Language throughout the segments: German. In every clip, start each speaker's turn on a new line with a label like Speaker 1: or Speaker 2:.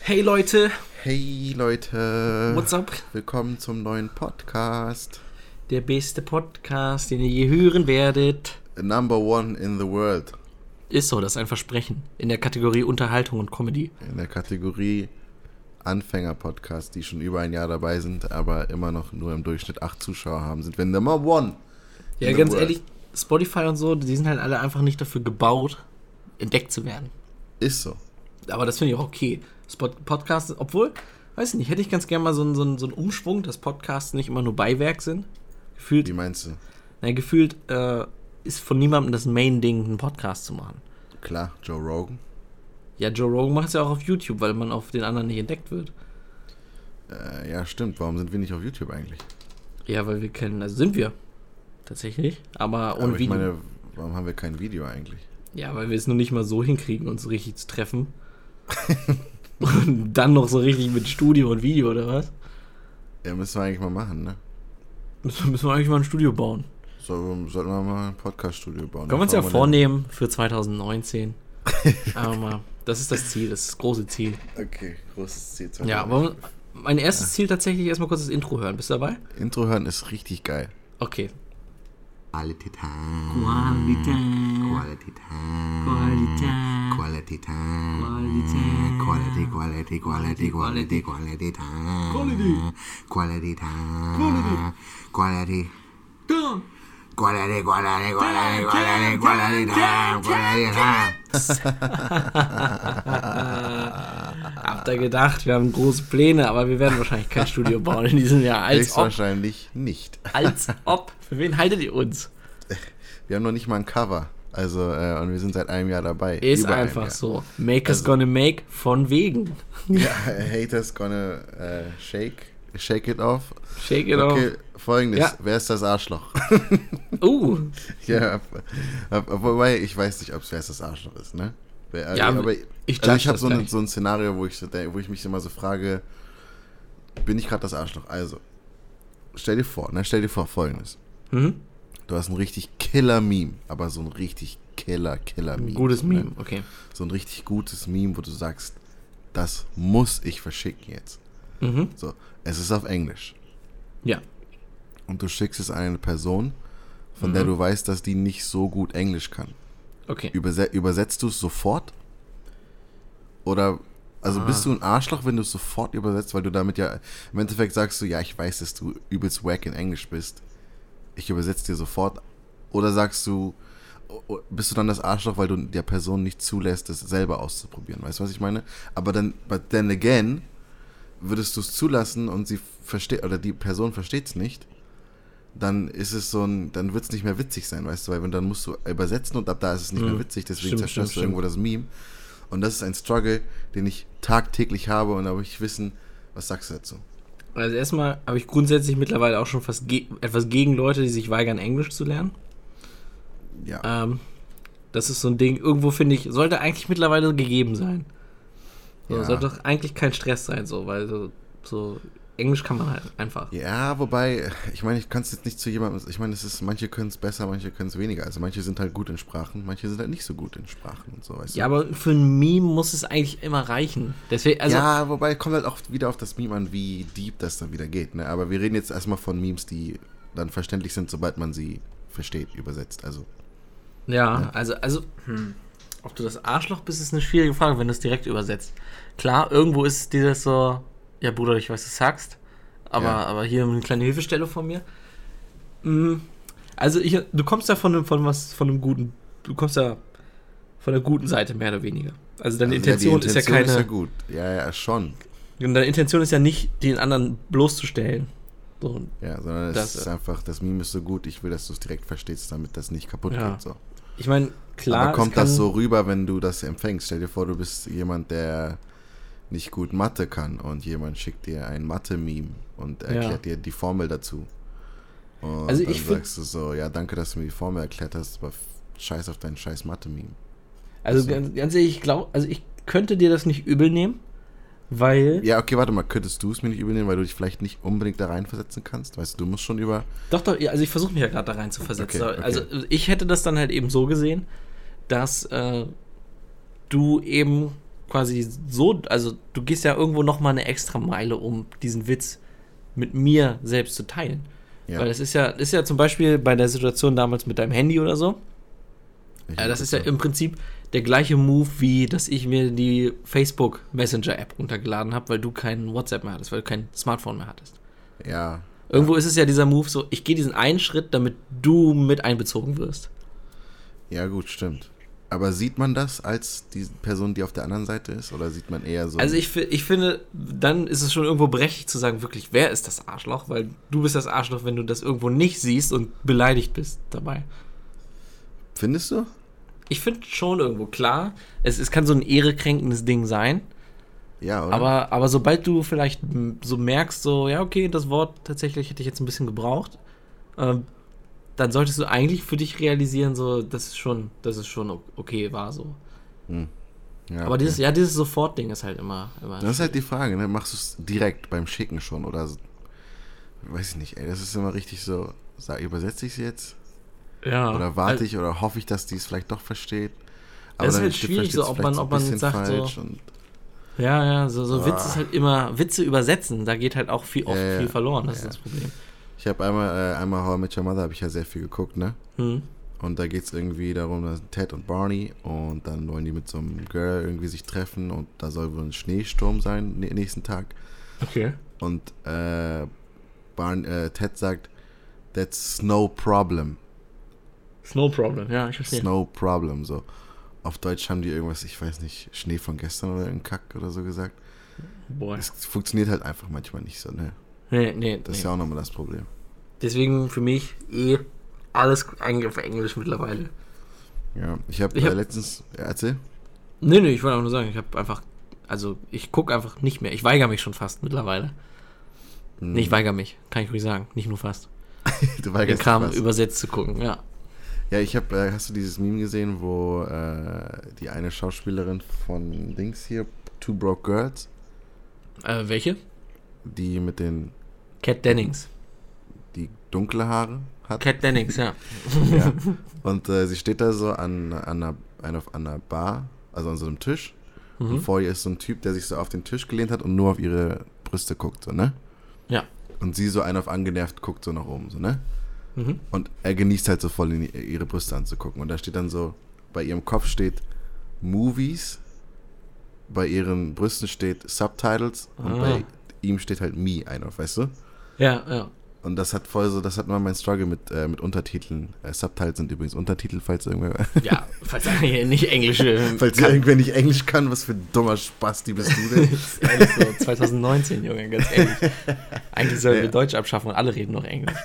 Speaker 1: Hey Leute,
Speaker 2: Hey Leute,
Speaker 1: what's up?
Speaker 2: willkommen zum neuen Podcast.
Speaker 1: Der beste Podcast, den ihr je hören werdet.
Speaker 2: Number one in the world
Speaker 1: Ist so, das ist ein Versprechen. In der Kategorie Unterhaltung und Comedy.
Speaker 2: in der Kategorie Anfänger-Podcast, die schon über ein Jahr dabei sind, aber immer noch nur im Durchschnitt acht Zuschauer haben, sind wir Number one.
Speaker 1: Ja,
Speaker 2: in the
Speaker 1: ganz
Speaker 2: world.
Speaker 1: ehrlich, Spotify und so, die sind halt alle einfach nicht dafür gebaut, entdeckt zu werden.
Speaker 2: Ist so.
Speaker 1: Aber das finde ich auch okay. Spot Podcast, obwohl, weiß nicht, hätte ich ganz gerne mal so einen, so, einen, so einen Umschwung, dass Podcasts nicht immer nur Beiwerk sind. Gefühlt,
Speaker 2: Wie meinst du?
Speaker 1: na, gefühlt äh, ist von niemandem das Main-Ding, einen Podcast zu machen.
Speaker 2: Klar, Joe Rogan.
Speaker 1: Ja, Joe Rogan macht es ja auch auf YouTube, weil man auf den anderen nicht entdeckt wird.
Speaker 2: Äh, ja, stimmt. Warum sind wir nicht auf YouTube eigentlich?
Speaker 1: Ja, weil wir kennen, also sind wir. Tatsächlich. Aber ohne
Speaker 2: aber ich
Speaker 1: Video.
Speaker 2: meine, warum haben wir kein Video eigentlich?
Speaker 1: ja, weil wir es nur nicht mal so hinkriegen, uns richtig zu treffen. und dann noch so richtig mit Studio und Video oder was?
Speaker 2: Ja, müssen wir eigentlich mal machen, ne?
Speaker 1: Müssen müssen wir eigentlich mal ein Studio bauen.
Speaker 2: So, sollten wir mal ein Podcast-Studio bauen.
Speaker 1: Können wir uns ja
Speaker 2: Dann fahren wir
Speaker 1: vornehmen für 2019. aber mal, das ist das Ziel, das ist das große Ziel.
Speaker 2: dann- Okay, großes Ziel.
Speaker 1: Ja, aber mein erstes Ziel tatsächlich erstmal kurz das Intro hören. Bist du dabei?
Speaker 2: Intro hören ist richtig geil.
Speaker 1: Okay.
Speaker 2: Quality Time.
Speaker 1: Qualität.
Speaker 2: Quality Time. Quality Time. Quality, quality, quality, quality, quality time.
Speaker 1: Quality.
Speaker 2: Quality time. Quality. Quality, quality, quality, quality, quality time. Quality time.
Speaker 1: Habt ihr gedacht, wir haben große Pläne, aber wir werden wahrscheinlich kein Studio bauen in diesem Jahr. Als ob.
Speaker 2: Höchstwahrscheinlich nicht.
Speaker 1: Als ob. Für wen haltet ihr uns?
Speaker 2: Wir haben noch nicht mal ein Cover. Also, äh, und wir sind seit einem Jahr dabei.
Speaker 1: Ist
Speaker 2: Über ein
Speaker 1: einfach
Speaker 2: Jahr.
Speaker 1: so. Make us gonna make von wegen.
Speaker 2: Ja, haters gonna äh, shake. Shake it off.
Speaker 1: Shake it
Speaker 2: Okay,
Speaker 1: off.
Speaker 2: folgendes.
Speaker 1: Ja.
Speaker 2: Wer ist das Arschloch?
Speaker 1: Uh,
Speaker 2: Ja, ab- ab- wobei ich weiß nicht, ob es wer ist das Arschloch ist, ne? Wer- Also,
Speaker 1: Ja,
Speaker 2: aber
Speaker 1: ich
Speaker 2: ich,
Speaker 1: judge
Speaker 2: also ich habe
Speaker 1: das
Speaker 2: so,
Speaker 1: gar
Speaker 2: ne,
Speaker 1: nicht.
Speaker 2: so ein Szenario, wo ich, so, denk- wo ich mich immer so frage, bin ich gerade das Arschloch? Also, stell dir vor, ne? Stell dir vor, folgendes.
Speaker 1: Mhm.
Speaker 2: Du hast ein richtig Killer-Meme, aber so ein richtig Killer-Killer-Meme.
Speaker 1: gutes
Speaker 2: so,
Speaker 1: Meme.
Speaker 2: Ne?
Speaker 1: Okay.
Speaker 2: So ein richtig gutes Meme, wo du sagst, das muss ich verschicken jetzt.
Speaker 1: Mhm.
Speaker 2: So, es ist auf Englisch.
Speaker 1: Ja.
Speaker 2: Und du schickst es an eine Person, von
Speaker 1: Mhm.
Speaker 2: der du weißt, dass die nicht so gut Englisch kann.
Speaker 1: Okay.
Speaker 2: Überse übersetzt du es sofort? Oder also bist du ein Arschloch, wenn du es sofort übersetzt, weil du damit ja im Endeffekt sagst du, ja, ich weiß, dass du übelst wack in Englisch bist. Ich übersetze dir sofort. Oder sagst du, o- o- bist du dann das Arschloch, weil du der Person nicht zulässt, es selber auszuprobieren? Weißt du, was ich meine? Aber dann, but then again, würdest du es zulassen und sie versteht oder die Person versteht es nicht, dann ist es so ein, dann wird es nicht mehr witzig sein, weißt du, weil wenn- dann musst du übersetzen und ab da ist es nicht mehr witzig, deswegen
Speaker 1: Mhm. Stimmt,
Speaker 2: zerstörst
Speaker 1: stimmt,
Speaker 2: du irgendwo das Meme. Und das ist ein Struggle, den ich tagtäglich habe und da möchte ich wissen, was sagst du dazu?
Speaker 1: Also erstmal habe ich grundsätzlich mittlerweile auch schon fast ge etwas gegen Leute, die sich weigern, Englisch zu lernen.
Speaker 2: Ja,
Speaker 1: Ähm, das ist so ein Ding, irgendwo finde ich, sollte eigentlich mittlerweile gegeben sein. So,
Speaker 2: Ja.
Speaker 1: Sollte doch eigentlich kein Stress sein, so, weil so, so Englisch kann man halt einfach.
Speaker 2: ja, wobei, ich meine, ich kann es jetzt nicht zu jemandem, ich meine, es ist, manche können es besser, manche können es weniger. Also manche sind halt gut in Sprachen, manche sind halt nicht so gut in Sprachen und so, weißt
Speaker 1: Ja,
Speaker 2: du.
Speaker 1: aber für ein Meme muss es eigentlich immer reichen. Deswegen, also,
Speaker 2: ja, wobei kommt halt auch wieder auf das Meme an, wie deep das dann wieder geht. Ne? Aber wir reden jetzt erstmal von Memes, die dann verständlich sind, sobald man sie versteht, übersetzt. Also
Speaker 1: Ja, also, also hm. ob du das Arschloch bist, ist eine schwierige Frage, wenn du es direkt übersetzt. Klar, irgendwo ist dieses so, ja Bruder, ich weiß, du sagst, aber,
Speaker 2: Ja.
Speaker 1: aber hier eine kleine Hilfestellung von mir. Hm, Also ich, du kommst da von, einem- von was, von einem guten, du kommst da von der guten Seite mehr oder weniger. Also deine
Speaker 2: Also
Speaker 1: Intention,
Speaker 2: die
Speaker 1: ist ja keine,
Speaker 2: Ist ja gut. Ja, ja, schon.
Speaker 1: deine Intention ist ja nicht, den anderen bloßzustellen. So,
Speaker 2: Ja, sondern es
Speaker 1: Das,
Speaker 2: ist
Speaker 1: äh,
Speaker 2: einfach, das Meme ist so gut, ich will, dass du es direkt verstehst, damit das nicht kaputt
Speaker 1: Ja.
Speaker 2: geht. So.
Speaker 1: ich meine, klar,
Speaker 2: Aber
Speaker 1: es
Speaker 2: kommt das
Speaker 1: kann-
Speaker 2: so rüber, wenn du das empfängst? Stell dir vor, du bist jemand, der nicht gut Mathe kann und jemand schickt dir ein Mathe-Meme und erklärt dir die Formel dazu. Und
Speaker 1: Also
Speaker 2: dann
Speaker 1: ich find-
Speaker 2: sagst du so, ja, danke, dass du mir die Formel erklärt hast, aber f- scheiß auf dein scheiß Mathe-Meme.
Speaker 1: Also
Speaker 2: Deswegen.
Speaker 1: ganz, ganz ehrlich, ich glaube, also ich könnte dir das nicht übel nehmen, weil
Speaker 2: Ja, okay, warte mal, könntest du es mir nicht übernehmen, weil du dich vielleicht nicht unbedingt da reinversetzen kannst? Weißt du, du musst schon über...
Speaker 1: Doch, doch, ja, also ich versuche mich ja gerade da rein zu versetzen.
Speaker 2: Okay, okay.
Speaker 1: Also ich hätte das dann halt eben so gesehen, dass äh, du eben quasi so, also du gehst ja irgendwo nochmal eine extra Meile, um diesen Witz mit mir selbst zu teilen.
Speaker 2: Ja.
Speaker 1: Weil das ist ja, ist ja zum Beispiel bei der Situation damals mit deinem Handy oder so.
Speaker 2: Ich
Speaker 1: Äh, das ist ja
Speaker 2: hab-
Speaker 1: im Prinzip der gleiche Move, wie dass ich mir die Facebook Messenger App runtergeladen habe, weil du kein WhatsApp mehr hattest, weil du kein Smartphone mehr hattest.
Speaker 2: Ja.
Speaker 1: Irgendwo ist es ja dieser Move so, ich gehe diesen einen Schritt, damit du mit einbezogen wirst.
Speaker 2: ja, gut, stimmt. Aber sieht man das als die Person, die auf der anderen Seite ist? Oder sieht man eher so.
Speaker 1: Also ich, fi- ich finde, dann ist es schon irgendwo berechtigt zu sagen, wirklich, wer ist das Arschloch? Weil du bist das Arschloch, wenn du das irgendwo nicht siehst und beleidigt bist dabei.
Speaker 2: Findest du?
Speaker 1: Ich finde schon irgendwo klar, es, es kann so ein ehrekränkendes Ding sein,
Speaker 2: Ja, oder?
Speaker 1: aber, aber sobald du vielleicht m- so merkst, so, ja, okay, das Wort tatsächlich hätte ich jetzt ein bisschen gebraucht, ähm, dann solltest du eigentlich für dich realisieren, so, das ist schon, das ist schon o- okay, war so.
Speaker 2: ja,
Speaker 1: Aber
Speaker 2: okay.
Speaker 1: dieses, ja, dieses Sofort-Ding ist halt immer, immer
Speaker 2: Das ist halt die Frage, ne? Machst du es direkt beim Schicken schon oder so? weiß ich nicht, ey, das ist immer richtig so, sag, übersetze ich es jetzt?
Speaker 1: ja.
Speaker 2: Oder warte
Speaker 1: Also-
Speaker 2: ich oder hoffe ich, dass die es vielleicht doch versteht?
Speaker 1: ist
Speaker 2: dann
Speaker 1: halt
Speaker 2: steht-
Speaker 1: schwierig so,
Speaker 2: versteht's
Speaker 1: ob
Speaker 2: vielleicht
Speaker 1: man-
Speaker 2: ein
Speaker 1: ob man
Speaker 2: bisschen
Speaker 1: sagt so-
Speaker 2: falsch und,
Speaker 1: Ja, ja, so, so Witz
Speaker 2: Ah.
Speaker 1: ist halt immer, Witze übersetzen, da geht halt auch viel, oft
Speaker 2: Ja, ja,
Speaker 1: viel verloren, das
Speaker 2: ja.
Speaker 1: ist das Problem.
Speaker 2: ich habe einmal, äh, einmal How I Met Your Mother, habe ich ja sehr viel geguckt, ne?
Speaker 1: Hm.
Speaker 2: Und da geht es irgendwie darum, dass Ted und Barney und dann wollen die mit so einem Girl irgendwie sich treffen und da soll wohl ein Schneesturm sein nä- nächsten Tag.
Speaker 1: Okay.
Speaker 2: Und äh, Barn, äh, Ted sagt, that's no problem.
Speaker 1: Snow Problem, ja, ich verstehe.
Speaker 2: Snow Problem, so. Auf Deutsch haben die irgendwas, ich weiß nicht, Schnee von gestern oder irgendein Kack oder so gesagt.
Speaker 1: Boah.
Speaker 2: Es funktioniert halt einfach manchmal nicht so, ne?
Speaker 1: Nee, nee,
Speaker 2: Das
Speaker 1: nee.
Speaker 2: ist ja auch nochmal das Problem.
Speaker 1: Deswegen für mich eh alles eigentlich auf Englisch mittlerweile.
Speaker 2: Ja, ich habe
Speaker 1: Ich
Speaker 2: äh,
Speaker 1: hab-
Speaker 2: letztens, ja, erzähl,
Speaker 1: Nee, nee, ich wollte auch nur sagen, ich habe einfach, also ich gucke einfach nicht mehr, ich weigere mich schon fast mittlerweile. Nee, ich weigere mich, kann ich ruhig sagen, nicht nur fast.
Speaker 2: Hm, du
Speaker 1: Den
Speaker 2: weigerst dich
Speaker 1: Kram
Speaker 2: was.
Speaker 1: übersetzt zu gucken, ja.
Speaker 2: Ja, ich habe, äh, hast du dieses Meme gesehen, wo äh, die eine Schauspielerin von Dings hier, Two Broke Girls,
Speaker 1: Äh, welche?
Speaker 2: die mit den,
Speaker 1: Cat Dennings.
Speaker 2: die dunkle Haare hat?
Speaker 1: Cat Dennings, ja.
Speaker 2: Ja. Und äh, sie steht da so an, an, einer, einer, an einer Bar, also an so einem Tisch.
Speaker 1: Mhm.
Speaker 2: Und vor ihr ist so ein Typ, der sich so auf den Tisch gelehnt hat und nur auf ihre Brüste guckt, so, ne?
Speaker 1: Ja.
Speaker 2: Und sie so einen auf angenervt guckt, so nach oben, so, ne?
Speaker 1: Mhm.
Speaker 2: Und er genießt halt so voll, in i- ihre Brüste anzugucken. Und da steht dann so, bei ihrem Kopf steht Movies, bei ihren Brüsten steht Subtitles und
Speaker 1: Ah.
Speaker 2: bei ihm steht halt Me ein auf, weißt du?
Speaker 1: Ja, ja.
Speaker 2: Und das hat voll so, das hat mal mein Struggle mit, äh, mit Untertiteln. Äh, Subtitles sind übrigens Untertitel, falls irgendwer,
Speaker 1: Ja, falls ihr nicht englische
Speaker 2: falls hier irgendwer nicht Englisch kann, was für ein dummer Spasti bist du denn?
Speaker 1: Das ist ehrlich so, 2019, Junge, ganz ehrlich. Eigentlich sollen wir
Speaker 2: Ja.
Speaker 1: Deutsch abschaffen und alle reden noch Englisch.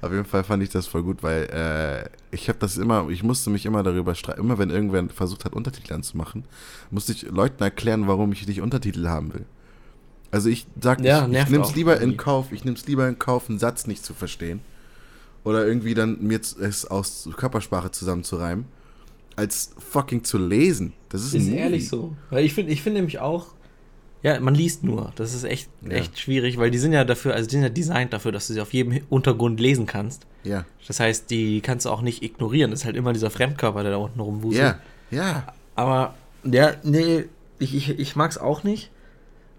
Speaker 2: Auf jeden Fall fand ich das voll gut, weil äh, ich habe das immer, ich musste mich immer darüber streiten, immer wenn irgendwer versucht hat, Untertitel anzumachen, musste ich Leuten erklären, warum ich nicht Untertitel haben will. Also ich sag,
Speaker 1: Ja,
Speaker 2: ich, ich
Speaker 1: nervt
Speaker 2: nimm's
Speaker 1: auch
Speaker 2: lieber in
Speaker 1: irgendwie.
Speaker 2: Kauf, ich nimm's lieber in Kauf, einen Satz nicht zu verstehen oder irgendwie dann mir z- es aus Körpersprache zusammenzureimen, als fucking zu lesen. Das ist, ein
Speaker 1: Ist
Speaker 2: Movie.
Speaker 1: ehrlich so. Weil ich finde ich find nämlich auch, ja, man liest nur. Das ist echt,
Speaker 2: Ja.
Speaker 1: echt schwierig, weil die sind ja dafür, also die sind ja designt dafür, dass du sie auf jedem Hi- Untergrund lesen kannst.
Speaker 2: Ja,
Speaker 1: Das heißt, die kannst du auch nicht ignorieren. Das ist halt immer dieser Fremdkörper, der da unten rumwuselt.
Speaker 2: ja, ja.
Speaker 1: Aber, ja, nee, ich, ich, ich mag's auch nicht.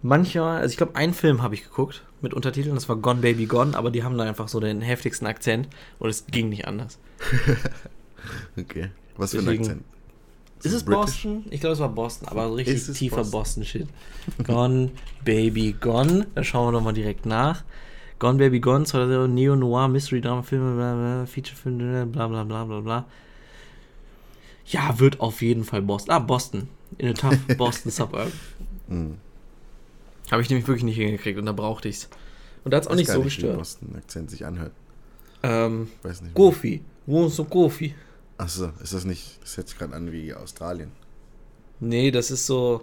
Speaker 1: Manchmal, also ich glaube, einen Film habe ich geguckt mit Untertiteln, das war Gone Baby Gone, aber die haben da einfach so den heftigsten Akzent und es ging nicht anders.
Speaker 2: Okay. Was für ein
Speaker 1: Deswegen-
Speaker 2: Akzent.
Speaker 1: Ist es
Speaker 2: British?
Speaker 1: Boston? Ich glaube, es war Boston, aber so
Speaker 2: Ist
Speaker 1: richtig
Speaker 2: es
Speaker 1: tiefer Boston-Shit. gone, Baby, Gone. Da schauen wir nochmal direkt nach. Gone, Baby, Gone, 2000, Neo-Noir, Mystery-Drama-Filme, bla, bla, Feature-Filme, bla, bla, bla, bla, bla. Ja, wird auf jeden Fall Boston. Ah, Boston. In a tough Boston Suburb.
Speaker 2: Mhm.
Speaker 1: Habe ich nämlich wirklich nicht hingekriegt und da brauchte ich's. Und da hat's auch
Speaker 2: Weiß
Speaker 1: nicht
Speaker 2: gar
Speaker 1: so
Speaker 2: wie ein
Speaker 1: gestört.
Speaker 2: Boston-Akzent sich anhört.
Speaker 1: Ähm,
Speaker 2: Weiß nicht.
Speaker 1: Gofi. Wo ist so Gofi?
Speaker 2: Achso, ist das nicht, das hört sich gerade an wie Australien.
Speaker 1: Nee, das ist so.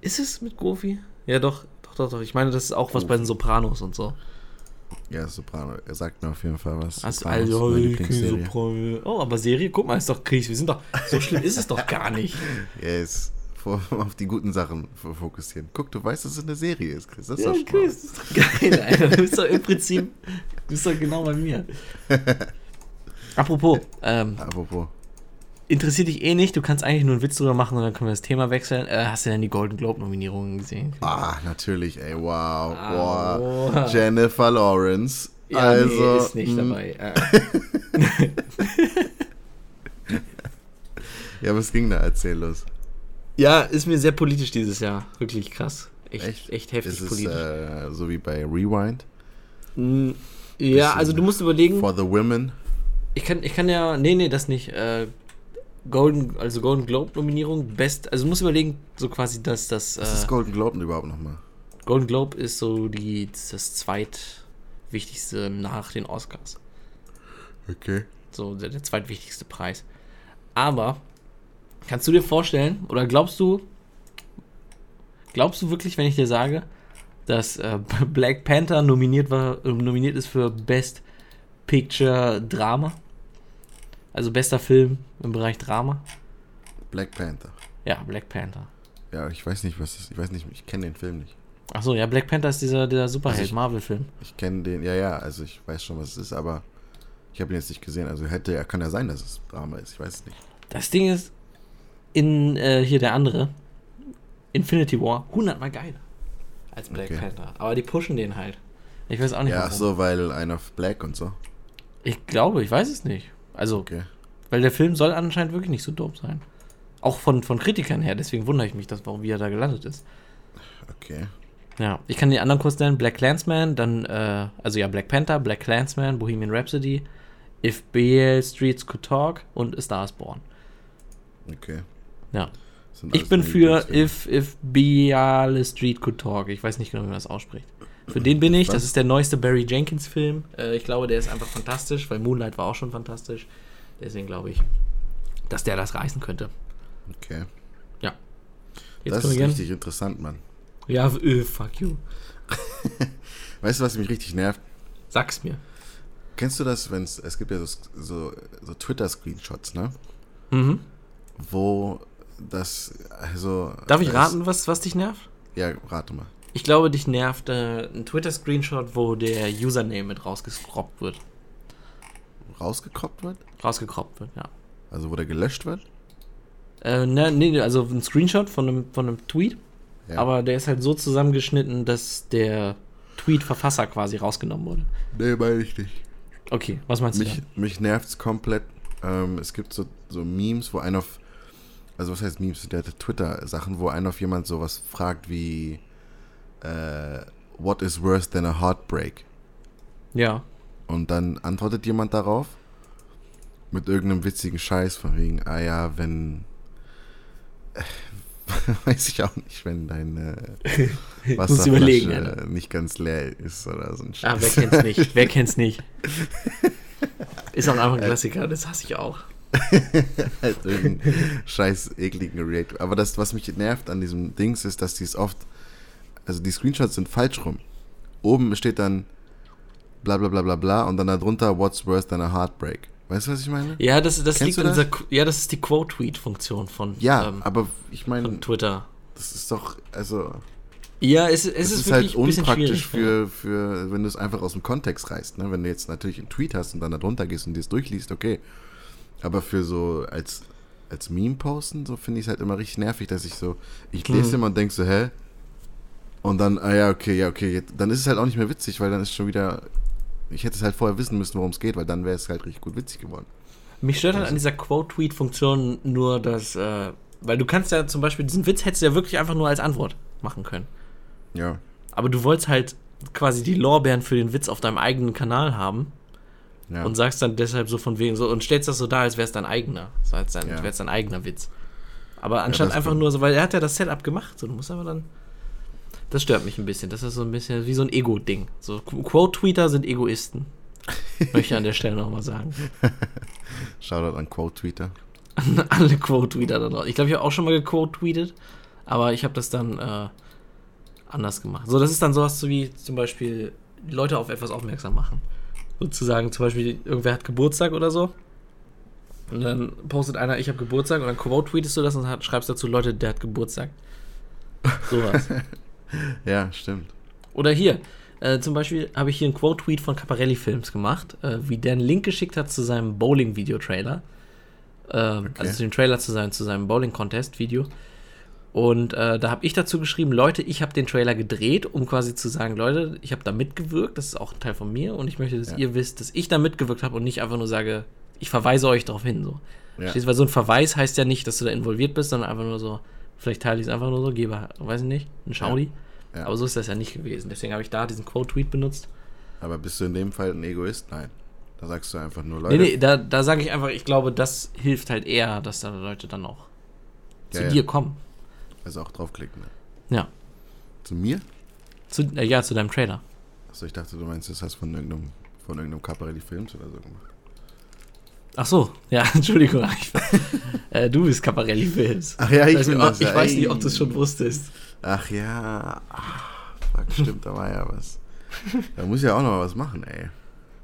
Speaker 1: Ist es mit Gofi? Ja, doch, doch, doch, doch. Ich meine, das ist auch was bei den Sopranos und so.
Speaker 2: Ja, Soprano, er sagt mir auf jeden Fall was.
Speaker 1: Also,
Speaker 2: Sopranos ist
Speaker 1: also
Speaker 2: meine
Speaker 1: ich
Speaker 2: Lieblingsserie.
Speaker 1: Soprano. Oh, aber Serie, guck mal, ist doch Krieg. Wir sind doch. So schlimm ist es doch gar nicht.
Speaker 2: Yes, vor, auf die guten Sachen f- fokussieren. Guck, du weißt, dass es eine Serie ist, Chris. Das ist
Speaker 1: Ja,
Speaker 2: doch schon
Speaker 1: Krieg,
Speaker 2: mal
Speaker 1: das ist doch geil, Alter. Du bist doch im Prinzip. Du bist doch genau bei mir. Apropos, ähm,
Speaker 2: was. Apropos,
Speaker 1: interessiert dich eh nicht, du kannst eigentlich nur einen Witz drüber machen und dann können wir das Thema wechseln. Äh, hast du denn die Golden Globe-Nominierungen gesehen?
Speaker 2: Ah, natürlich, ey, wow.
Speaker 1: Ah,
Speaker 2: wow.
Speaker 1: wow.
Speaker 2: Jennifer Lawrence.
Speaker 1: Ja,
Speaker 2: also,
Speaker 1: nee, ist nicht
Speaker 2: mh,
Speaker 1: dabei. Äh,
Speaker 2: Ja, was ging da? Erzähl los.
Speaker 1: ja, ist mir sehr politisch dieses Jahr. Wirklich krass. Echt, echt? heftig
Speaker 2: Ist es
Speaker 1: politisch.
Speaker 2: äh, so wie bei Rewind?
Speaker 1: Mm, ja,
Speaker 2: bisschen
Speaker 1: also du musst überlegen.
Speaker 2: For the Women?
Speaker 1: Ich kann, ich kann ja. Nee, nee, das nicht. Äh, Golden, also Golden Globe-Nominierung, best. Also du musst überlegen, so quasi, dass das. Äh,
Speaker 2: Was ist Golden Globe denn überhaupt nochmal?
Speaker 1: Golden Globe ist so die, das zweitwichtigste nach den Oscars.
Speaker 2: Okay.
Speaker 1: So der, der zweitwichtigste Preis. Aber kannst du dir vorstellen, oder glaubst du, glaubst du wirklich, wenn ich dir sage, dass äh, Black Panther nominiert, war, äh, nominiert ist für Best Picture Drama? Also bester Film im Bereich Drama?
Speaker 2: Black Panther.
Speaker 1: Ja, Black Panther.
Speaker 2: Ja, ich weiß nicht, was das ist. Ich weiß nicht, ich kenne den Film nicht.
Speaker 1: Achso, ja, Black Panther ist dieser, dieser Superheld-Marvel-Film.
Speaker 2: Ich kenne den, ja, ja, also ich weiß schon, was es ist, aber ich habe ihn jetzt nicht gesehen. Also hätte, ja, kann ja sein, dass es Drama ist. Ich weiß es nicht.
Speaker 1: Das Ding ist, in äh, hier der andere, Infinity War, 100 mal geiler als Black
Speaker 2: Okay.
Speaker 1: Panther. Aber die pushen den halt. Ich weiß auch nicht,
Speaker 2: Ja, ach
Speaker 1: warum.
Speaker 2: so, weil einer auf Black und so.
Speaker 1: Ich glaube, ich weiß es nicht. Also,
Speaker 2: Okay.
Speaker 1: weil der Film soll anscheinend wirklich nicht so dope sein. Auch von, von Kritikern her, deswegen wundere ich mich, dass, warum wie er da gelandet ist.
Speaker 2: Okay.
Speaker 1: Ja, ich kann die anderen kurz nennen. Black Clansman, dann, äh, also ja, Black Panther, Black Clansman, Bohemian Rhapsody, If Beale Streets Could Talk und A Star is Born.
Speaker 2: Okay.
Speaker 1: Ja,
Speaker 2: Sind
Speaker 1: Ich
Speaker 2: alles
Speaker 1: bin
Speaker 2: meine
Speaker 1: für
Speaker 2: Lieblingsfilme.
Speaker 1: If, if Biale Street Could Talk. Ich weiß nicht genau, wie man das ausspricht. Für den bin ich. Das
Speaker 2: Was?
Speaker 1: ist der neueste Barry Jenkins-Film. Äh, ich glaube, der ist einfach fantastisch, weil Moonlight war auch schon fantastisch. Deswegen glaube ich, dass der das reißen könnte.
Speaker 2: Okay.
Speaker 1: Ja. Jetzt können
Speaker 2: Das ist
Speaker 1: wir gerne.
Speaker 2: richtig interessant, Mann.
Speaker 1: Ja, w- äh, fuck you.
Speaker 2: Weißt du, was mich richtig nervt?
Speaker 1: Sag's mir.
Speaker 2: Kennst du das, wenn es, es gibt ja so, so, so Twitter-Screenshots, ne?
Speaker 1: Mhm.
Speaker 2: Wo das, also...
Speaker 1: Darf ich
Speaker 2: das-
Speaker 1: raten, was, was dich nervt?
Speaker 2: Ja, rate mal.
Speaker 1: Ich glaube, dich nervt äh, ein Twitter-Screenshot, wo der Username mit rausgeskroppt wird.
Speaker 2: Rausgekroppt wird?
Speaker 1: Rausgekroppt wird, ja.
Speaker 2: Also wo der gelöscht wird?
Speaker 1: Äh, ne, nee, also ein Screenshot von einem, von einem Tweet.
Speaker 2: Ja.
Speaker 1: Aber der ist halt so zusammengeschnitten, dass der Tweet-Verfasser quasi rausgenommen wurde.
Speaker 2: Nee, meine ich nicht.
Speaker 1: Okay, was meinst
Speaker 2: Mich,
Speaker 1: du?
Speaker 2: mich nervt's komplett. Ähm, es gibt so, so Memes, wo einer auf... Also was heißt Memes? Der Twitter-Sachen, wo einer auf jemand sowas fragt wie... Äh, What is worse than a heartbreak?
Speaker 1: da? Ja.
Speaker 2: Und dann antwortet jemand darauf mit irgendeinem witzigen Scheiß von wegen, ah ja, wenn, weiß ich auch nicht, wenn deine
Speaker 1: musst überlegen, Alter.
Speaker 2: Wasserflasche nicht ganz leer ist oder so ein Scheiß.
Speaker 1: Ah, wer kennt's nicht? Wer kennt's nicht? Ist auch einfach ein Klassiker, das hasse ich auch.
Speaker 2: halt irgendeinen scheiß ekligen React. Aber das, was mich nervt an diesem Dings, ist, dass die es oft, also die Screenshots sind falsch rum. Oben steht dann bla bla bla bla bla und dann darunter, what's worse than a heartbreak. Weißt du, was ich meine?
Speaker 1: Ja, das, das
Speaker 2: Kennst
Speaker 1: liegt
Speaker 2: du
Speaker 1: an
Speaker 2: das?
Speaker 1: dieser. Qu- Ja, das ist die Quote-Tweet-Funktion von,
Speaker 2: Ja,
Speaker 1: ähm,
Speaker 2: aber ich meine,
Speaker 1: von Twitter.
Speaker 2: das ist doch, also
Speaker 1: Ja, es, es
Speaker 2: Es
Speaker 1: ist,
Speaker 2: ist,
Speaker 1: wirklich
Speaker 2: halt
Speaker 1: ein bisschen
Speaker 2: unpraktisch
Speaker 1: schwierig. ja.
Speaker 2: für, für, wenn du es einfach aus dem Kontext reißt. Ne? Wenn du jetzt natürlich einen Tweet hast und dann da drunter gehst und dir es durchliest, okay. Aber für so als, als Meme posten, so finde ich es halt immer richtig nervig, dass ich so, ich
Speaker 1: Mhm.
Speaker 2: lese immer und denk so, hä? Und dann, ah ja, okay, ja, okay, jetzt, dann ist es halt auch nicht mehr witzig, weil dann ist schon wieder, ich hätte es halt vorher wissen müssen, worum es geht, weil dann wäre es halt richtig gut witzig geworden.
Speaker 1: Mich stört halt an dieser Quote-Tweet-Funktion nur, dass. Äh, weil du kannst ja zum Beispiel diesen Witz hättest du ja wirklich einfach nur als Antwort machen können.
Speaker 2: Ja.
Speaker 1: Aber du wolltest halt quasi die Lorbeeren für den Witz auf deinem eigenen Kanal haben
Speaker 2: ja.
Speaker 1: und sagst dann deshalb so von wegen so und stellst das so dar, als wäre es dein eigener. So als dein,
Speaker 2: Ja.
Speaker 1: als wäre es dein eigener Witz. Aber anstatt
Speaker 2: das
Speaker 1: einfach
Speaker 2: stimmt.
Speaker 1: nur so, weil er hat ja das Setup gemacht, so du musst aber dann. Das stört mich ein bisschen. Das ist so ein bisschen wie so ein Ego-Ding. So Qu- Quote-Tweeter sind Egoisten. Möchte ich an der Stelle nochmal sagen.
Speaker 2: Shoutout an Quote-Tweeter.
Speaker 1: An alle Quote-Tweeter da draußen. Ich glaube, ich habe auch schon mal gequote-tweetet, aber ich habe das dann äh, anders gemacht. So, das ist dann sowas so wie zum Beispiel Leute auf etwas aufmerksam machen. Sozusagen, zum Beispiel, irgendwer hat Geburtstag oder so. Und dann postet einer, ich habe Geburtstag, und dann quote-tweetest du das und hat, schreibst dazu, Leute, der hat Geburtstag. Sowas.
Speaker 2: Ja, stimmt.
Speaker 1: Oder hier, äh, zum Beispiel habe ich hier einen Quote-Tweet von Caparelli Films gemacht, äh, wie der einen Link geschickt hat zu seinem Bowling-Videotrailer. Ähm,
Speaker 2: Okay.
Speaker 1: Also zu dem Trailer zu sein, zu seinem Bowling-Contest-Video. Und äh, da habe ich dazu geschrieben, Leute, ich habe den Trailer gedreht, um quasi zu sagen, Leute, ich habe da mitgewirkt, das ist auch ein Teil von mir und ich möchte, dass
Speaker 2: Ja.
Speaker 1: ihr wisst, dass ich da mitgewirkt habe und nicht einfach nur sage, ich verweise euch darauf hin. So.
Speaker 2: Ja.
Speaker 1: Verstehst du? Weil so ein Verweis heißt ja nicht, dass du da involviert bist, sondern einfach nur so, vielleicht teile ich es einfach nur so, gebe, weiß ich nicht, einen Schaudi.
Speaker 2: Ja. Ja.
Speaker 1: Aber so ist das ja nicht gewesen. Deswegen habe ich da diesen Quote-Tweet benutzt.
Speaker 2: Aber bist du in dem Fall ein Egoist? Nein. Da sagst du einfach nur
Speaker 1: Nee,
Speaker 2: Leute.
Speaker 1: nee, da, da sage ich einfach, ich glaube, das hilft halt eher, dass da Leute dann auch zu
Speaker 2: Ja, ja.
Speaker 1: dir kommen.
Speaker 2: Also auch draufklicken. Ne?
Speaker 1: Ja.
Speaker 2: Zu mir?
Speaker 1: Zu, äh, ja, zu deinem Trailer.
Speaker 2: Achso, ich dachte, du meinst, das hast von irgendeinem, von irgendeinem Caparelli-Films oder so gemacht.
Speaker 1: Ach so, ja, Entschuldigung. Ich, äh, du bist Caparelli Films.
Speaker 2: Ach ja,
Speaker 1: Ich, weiß, nicht, ob, ich
Speaker 2: ja,
Speaker 1: weiß
Speaker 2: ey.
Speaker 1: nicht, ob du es schon wusstest.
Speaker 2: Ach ja. Ach, fuck, stimmt, da war ja was. Da muss ja auch noch was machen, ey.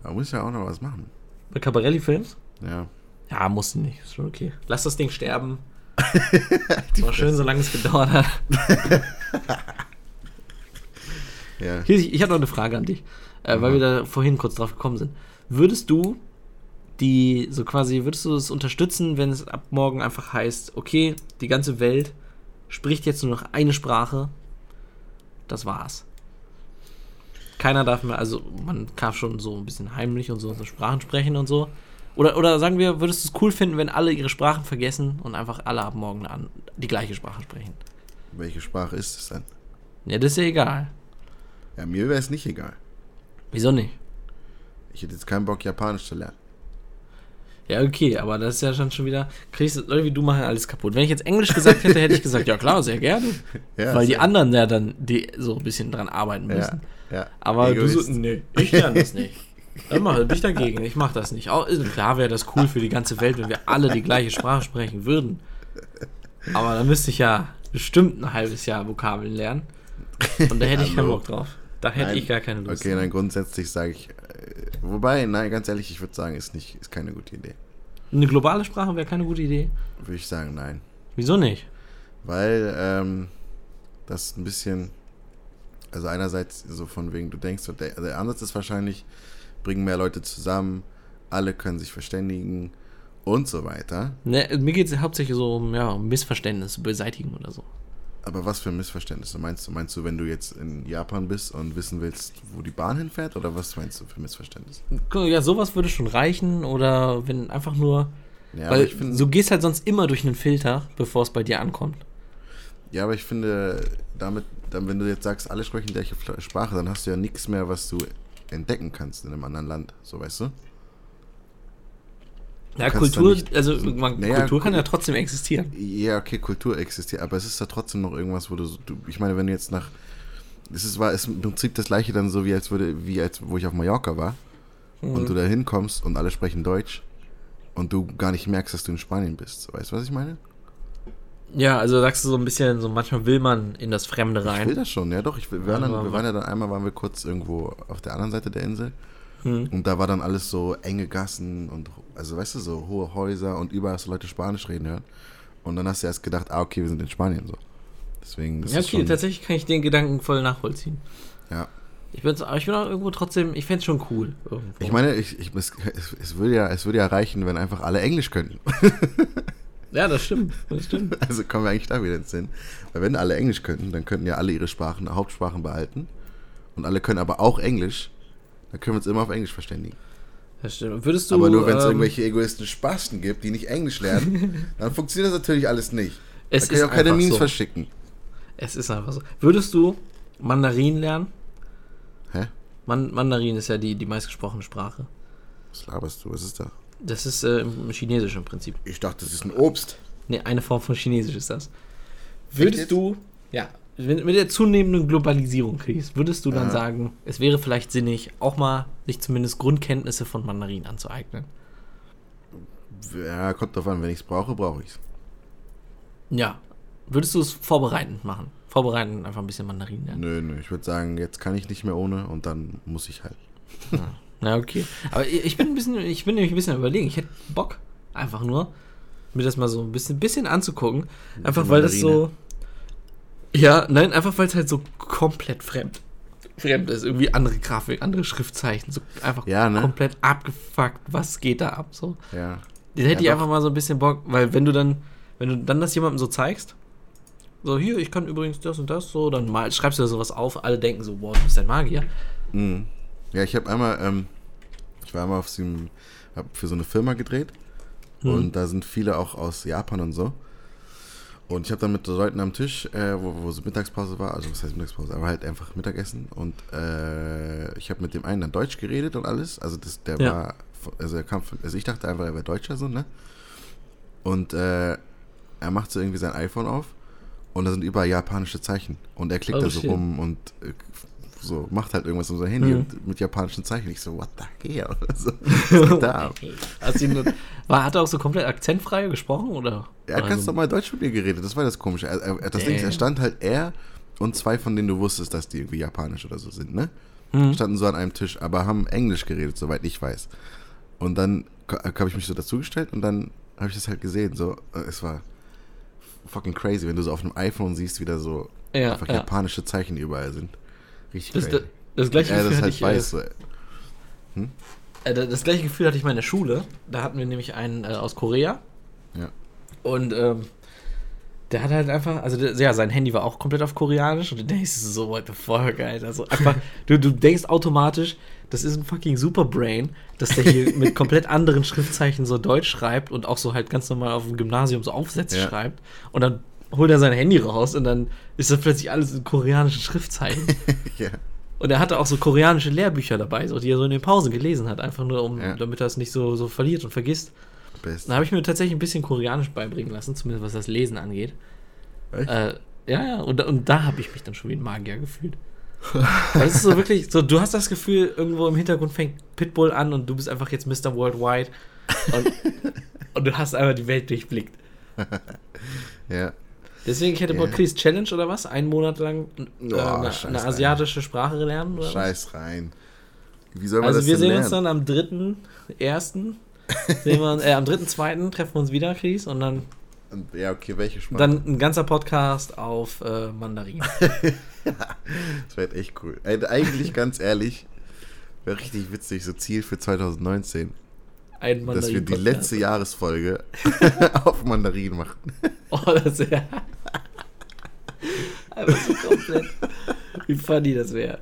Speaker 2: Da muss ja auch noch was machen.
Speaker 1: Bei Caparelli Films?
Speaker 2: Ja.
Speaker 1: Ja, musst du nicht. Ist schon okay. Lass das Ding sterben. War schön, solange es gedauert hat.
Speaker 2: Ja.
Speaker 1: Hier, Ich, ich habe noch eine Frage an dich, äh, weil
Speaker 2: Mhm.
Speaker 1: wir da vorhin kurz drauf gekommen sind. Würdest du die, so quasi, würdest du es unterstützen, wenn es ab morgen einfach heißt, okay, die ganze Welt spricht jetzt nur noch eine Sprache, das war's. Keiner darf mehr, also man darf schon so ein bisschen heimlich und so, so Sprachen sprechen und so. Oder, oder sagen wir, würdest du es cool finden, wenn alle ihre Sprachen vergessen und einfach alle ab morgen an die gleiche Sprache sprechen?
Speaker 2: Welche Sprache ist es denn?
Speaker 1: Ja, das ist ja egal.
Speaker 2: Ja, mir wäre es nicht egal.
Speaker 1: Wieso nicht?
Speaker 2: Ich hätte jetzt keinen Bock, Japanisch zu lernen.
Speaker 1: Ja, okay, aber das ist ja schon schon wieder, kriegst du, Leute wie du machen alles kaputt. Wenn ich jetzt Englisch gesagt hätte, hätte ich gesagt, ja klar, sehr gerne.
Speaker 2: Ja,
Speaker 1: Weil die
Speaker 2: sehr-
Speaker 1: anderen ja dann die so ein bisschen dran arbeiten
Speaker 2: Ja,
Speaker 1: müssen.
Speaker 2: ja.
Speaker 1: Aber
Speaker 2: Egoist.
Speaker 1: du so, nee, ich lerne das nicht. Dann mach dich dagegen, ich mach das nicht. Auch, äh, klar wäre das cool für die ganze Welt, wenn wir alle die gleiche Sprache sprechen würden. Aber dann müsste ich ja bestimmt ein halbes Jahr Vokabeln lernen. Und da hätte ich keinen
Speaker 2: Hallo.
Speaker 1: Bock drauf. Da hätte
Speaker 2: Nein.
Speaker 1: ich gar keine Lust.
Speaker 2: Okay, dann grundsätzlich sage ich. Äh, wobei, nein, ganz ehrlich, ich würde sagen, ist nicht, ist keine gute Idee.
Speaker 1: Eine globale Sprache wäre keine gute Idee.
Speaker 2: Würde ich sagen, nein.
Speaker 1: Wieso nicht?
Speaker 2: Weil ähm, das ein bisschen, also einerseits so von wegen, du denkst, so, der, der Ansatz ist wahrscheinlich, bringen mehr Leute zusammen, alle können sich verständigen und so weiter.
Speaker 1: Ne, mir geht es hauptsächlich so um ja, um Missverständnisse beseitigen oder so.
Speaker 2: Aber was für Missverständnisse meinst du? Meinst du, wenn du jetzt in Japan bist und wissen willst, wo die Bahn hinfährt? Oder was meinst du für Missverständnisse?
Speaker 1: Ja, sowas würde schon reichen oder wenn einfach nur.
Speaker 2: Ja, aber
Speaker 1: weil
Speaker 2: ich finde,
Speaker 1: du gehst halt sonst immer durch einen Filter, bevor es bei dir ankommt.
Speaker 2: ja, aber ich finde damit, dann, wenn du jetzt sagst, alle sprechen die gleiche Fla- Sprache, dann hast du ja nichts mehr, was du entdecken kannst in einem anderen Land. So, weißt du?
Speaker 1: Ja,
Speaker 2: kannst da
Speaker 1: Kultur,
Speaker 2: nicht-
Speaker 1: also man,
Speaker 2: Naja,
Speaker 1: Kultur kann
Speaker 2: Kul-
Speaker 1: ja trotzdem existieren.
Speaker 2: Ja, okay, Kultur existiert, aber es ist ja trotzdem noch irgendwas, wo du, so- du ich meine, wenn du jetzt nach, es ist, war es im Prinzip das gleiche dann so, wie als würde, wie als, wo ich auf Mallorca war und
Speaker 1: Mhm.
Speaker 2: du da hinkommst und alle sprechen Deutsch und du gar nicht merkst, dass du in Spanien bist. So, Weißt du, was ich meine?
Speaker 1: Ja, also sagst du so ein bisschen, so manchmal will man in das Fremde
Speaker 2: Ich will
Speaker 1: rein.
Speaker 2: das schon, ja doch. Ich will, wir, waren
Speaker 1: Aber-
Speaker 2: dann, wir waren ja dann einmal, waren wir kurz irgendwo auf der anderen Seite der Insel
Speaker 1: Mhm.
Speaker 2: und da war dann alles so enge Gassen und, also weißt du, so hohe Häuser und überall hast du Leute Spanisch reden hören und dann hast du erst gedacht, ah, okay, wir sind in Spanien, so. Deswegen, das
Speaker 1: Ja,
Speaker 2: ist
Speaker 1: okay,
Speaker 2: schon,
Speaker 1: tatsächlich kann ich den Gedanken voll nachvollziehen.
Speaker 2: ja.
Speaker 1: Ich, bin's- aber ich bin auch irgendwo trotzdem, ich fände es schon cool. Irgendwo.
Speaker 2: Ich meine, ich, ich, es, es- es, würde ja, es würde ja reichen, wenn einfach alle Englisch könnten.
Speaker 1: ja, das stimmt, das stimmt.
Speaker 2: Also kommen wir eigentlich da wieder ins Sinn. Weil wenn alle Englisch könnten, dann könnten ja alle ihre Sprachen, Hauptsprachen behalten. Und alle können aber auch Englisch. Dann können wir uns immer auf Englisch verständigen.
Speaker 1: Das stimmt. Würdest du,
Speaker 2: aber nur wenn es
Speaker 1: ähm,
Speaker 2: irgendwelche egoisten Spasten gibt, die nicht Englisch lernen, dann funktioniert das natürlich alles nicht.
Speaker 1: Es
Speaker 2: dann kann ich
Speaker 1: ist
Speaker 2: auch keine
Speaker 1: einfach
Speaker 2: Memes
Speaker 1: so.
Speaker 2: verschicken.
Speaker 1: Es ist einfach so. Würdest du Mandarin lernen?
Speaker 2: Hä?
Speaker 1: Man Mandarin ist ja die, die meistgesprochene Sprache.
Speaker 2: Was laberst du? Was ist da?
Speaker 1: Das ist äh, im Chinesisch im Prinzip.
Speaker 2: Ich dachte, das ist ein Obst.
Speaker 1: Ne, eine Form von Chinesisch ist das.
Speaker 2: jetzt?
Speaker 1: Würdest du, ja, wenn, mit der zunehmenden Globalisierung kriegst, würdest du dann sagen, es wäre vielleicht sinnig, auch mal sich zumindest Grundkenntnisse von Mandarin anzueignen?
Speaker 2: Ja, kommt drauf an. Wenn ich es brauche, brauche ich es.
Speaker 1: Ja. Würdest du es vorbereitend machen? Vorbereitend einfach ein bisschen Mandarin lernen.
Speaker 2: Nö, nö. Ich würde sagen, jetzt kann ich nicht mehr ohne und dann muss ich halt.
Speaker 1: Na, okay. Aber ich ich bin ein bisschen, ich bin nämlich ein bisschen am überlegen. Ich hätte Bock, einfach nur, mir das mal so ein bisschen, bisschen anzugucken. Einfach weil das so. Ja, nein, einfach weil es halt so komplett fremd. Fremd ist. Irgendwie andere Grafik, andere Schriftzeichen. So einfach
Speaker 2: Ja, ne?
Speaker 1: komplett abgefuckt. Was geht da ab? So.
Speaker 2: Ja.
Speaker 1: Den hätte
Speaker 2: Ja,
Speaker 1: ich
Speaker 2: doch.
Speaker 1: einfach mal so ein bisschen Bock, weil wenn du dann, wenn du dann das jemandem so zeigst, so hier, ich kann übrigens das und das, so, dann mal, schreibst du da sowas auf, alle denken so, boah, du bist ein Magier.
Speaker 2: Mhm. Ja, ich habe einmal, ähm, ich war einmal auf so einem, hab für so eine Firma gedreht und da sind viele auch aus Japan und so. Und ich habe dann mit so Leuten am Tisch, äh, wo, wo so Mittagspause war, also was heißt Mittagspause, aber halt einfach Mittagessen. Und äh, ich habe mit dem einen dann Deutsch geredet und alles. Also das, der
Speaker 1: Ja.
Speaker 2: war, von- also er kam von, also ich dachte einfach, er wäre Deutscher so, ne? Und äh, er macht so irgendwie sein iPhone auf und da sind überall japanische Zeichen. Und er klickt
Speaker 1: Oh,
Speaker 2: da so
Speaker 1: shit.
Speaker 2: rum und äh, so macht halt irgendwas mit seinem Handy
Speaker 1: Mhm.
Speaker 2: und mit japanischen Zeichen. Ich so, what the hell? So, was geht da ab?
Speaker 1: Hast ihn, nur- war, hat er auch so komplett akzentfrei gesprochen oder?
Speaker 2: Er hat
Speaker 1: oder
Speaker 2: ganz
Speaker 1: so?
Speaker 2: normal Deutsch mit mir geredet, das war das Komische. Er, er, das Ding ist, er
Speaker 1: Damn.
Speaker 2: stand halt er und zwei, von denen du wusstest, dass die irgendwie japanisch oder so sind, ne?
Speaker 1: Hm.
Speaker 2: Standen so an einem Tisch, aber haben Englisch geredet, soweit ich weiß. Und dann habe ich mich so dazugestellt und dann habe ich das halt gesehen. So, äh, es war fucking crazy, wenn du so auf einem iPhone siehst, wie da so
Speaker 1: Ja,
Speaker 2: einfach
Speaker 1: ja.
Speaker 2: japanische Zeichen überall sind. Richtig
Speaker 1: Das, das,
Speaker 2: crazy.
Speaker 1: das gleiche
Speaker 2: Er
Speaker 1: Gefühl
Speaker 2: das
Speaker 1: hatte
Speaker 2: halt
Speaker 1: ich, äh,
Speaker 2: weiß. So, ey.
Speaker 1: Äh, da- Das gleiche Gefühl hatte ich mal in der Schule. Da hatten wir nämlich einen äh, aus Korea.
Speaker 2: Ja.
Speaker 1: Und ähm, der hat halt einfach, also der, ja, sein Handy war auch komplett auf Koreanisch und du denkst so, what the fuck, Alter. Also einfach, du, du denkst automatisch, das ist ein fucking Superbrain, dass der hier mit komplett anderen Schriftzeichen so Deutsch schreibt und auch so halt ganz normal auf dem Gymnasium so Aufsätze
Speaker 2: Ja.
Speaker 1: schreibt. Und dann holt er sein Handy raus und dann ist das plötzlich alles in koreanischen Schriftzeichen.
Speaker 2: ja.
Speaker 1: Und er hatte auch so koreanische Lehrbücher dabei, so, die er so in den Pausen gelesen hat, einfach nur, um,
Speaker 2: Ja.
Speaker 1: damit er es nicht so, so verliert und vergisst.
Speaker 2: Best.
Speaker 1: Dann habe ich mir tatsächlich ein bisschen Koreanisch beibringen lassen, zumindest was das Lesen angeht.
Speaker 2: Echt?
Speaker 1: Äh, ja, ja, und, und da habe ich mich dann schon wie ein Magier gefühlt. Weil es ist so wirklich, so, du hast das Gefühl, irgendwo im Hintergrund fängt Pitbull an und du bist einfach jetzt Mr. Worldwide und, und du hast einmal die Welt durchblickt.
Speaker 2: ja.
Speaker 1: Deswegen, ich hätte Bock,
Speaker 2: Ja.
Speaker 1: Chris Challenge oder was? Einen Monat lang äh,
Speaker 2: Oh,
Speaker 1: eine,
Speaker 2: scheiß
Speaker 1: eine
Speaker 2: Alter.
Speaker 1: asiatische Sprache lernen? Oder was?
Speaker 2: Scheiß rein. Wie soll man
Speaker 1: Also
Speaker 2: das
Speaker 1: wir
Speaker 2: denn
Speaker 1: sehen
Speaker 2: lernen?
Speaker 1: uns dann am 3.1. sehen wir uns, äh, am 3.2. treffen wir uns wieder, Chris, und dann,
Speaker 2: Und- Ja, okay, welche Sprache?
Speaker 1: dann ein ganzer Podcast auf äh, Mandarin.
Speaker 2: Das wäre echt cool. Ey, Eigentlich ganz ehrlich, wäre richtig witzig, so Ziel für 2019,
Speaker 1: Ein Mandarin
Speaker 2: dass wir die letzte Jahresfolge auf Mandarin machen.
Speaker 1: Oh, das wäre... Einfach so komplett. Wie funny das wäre.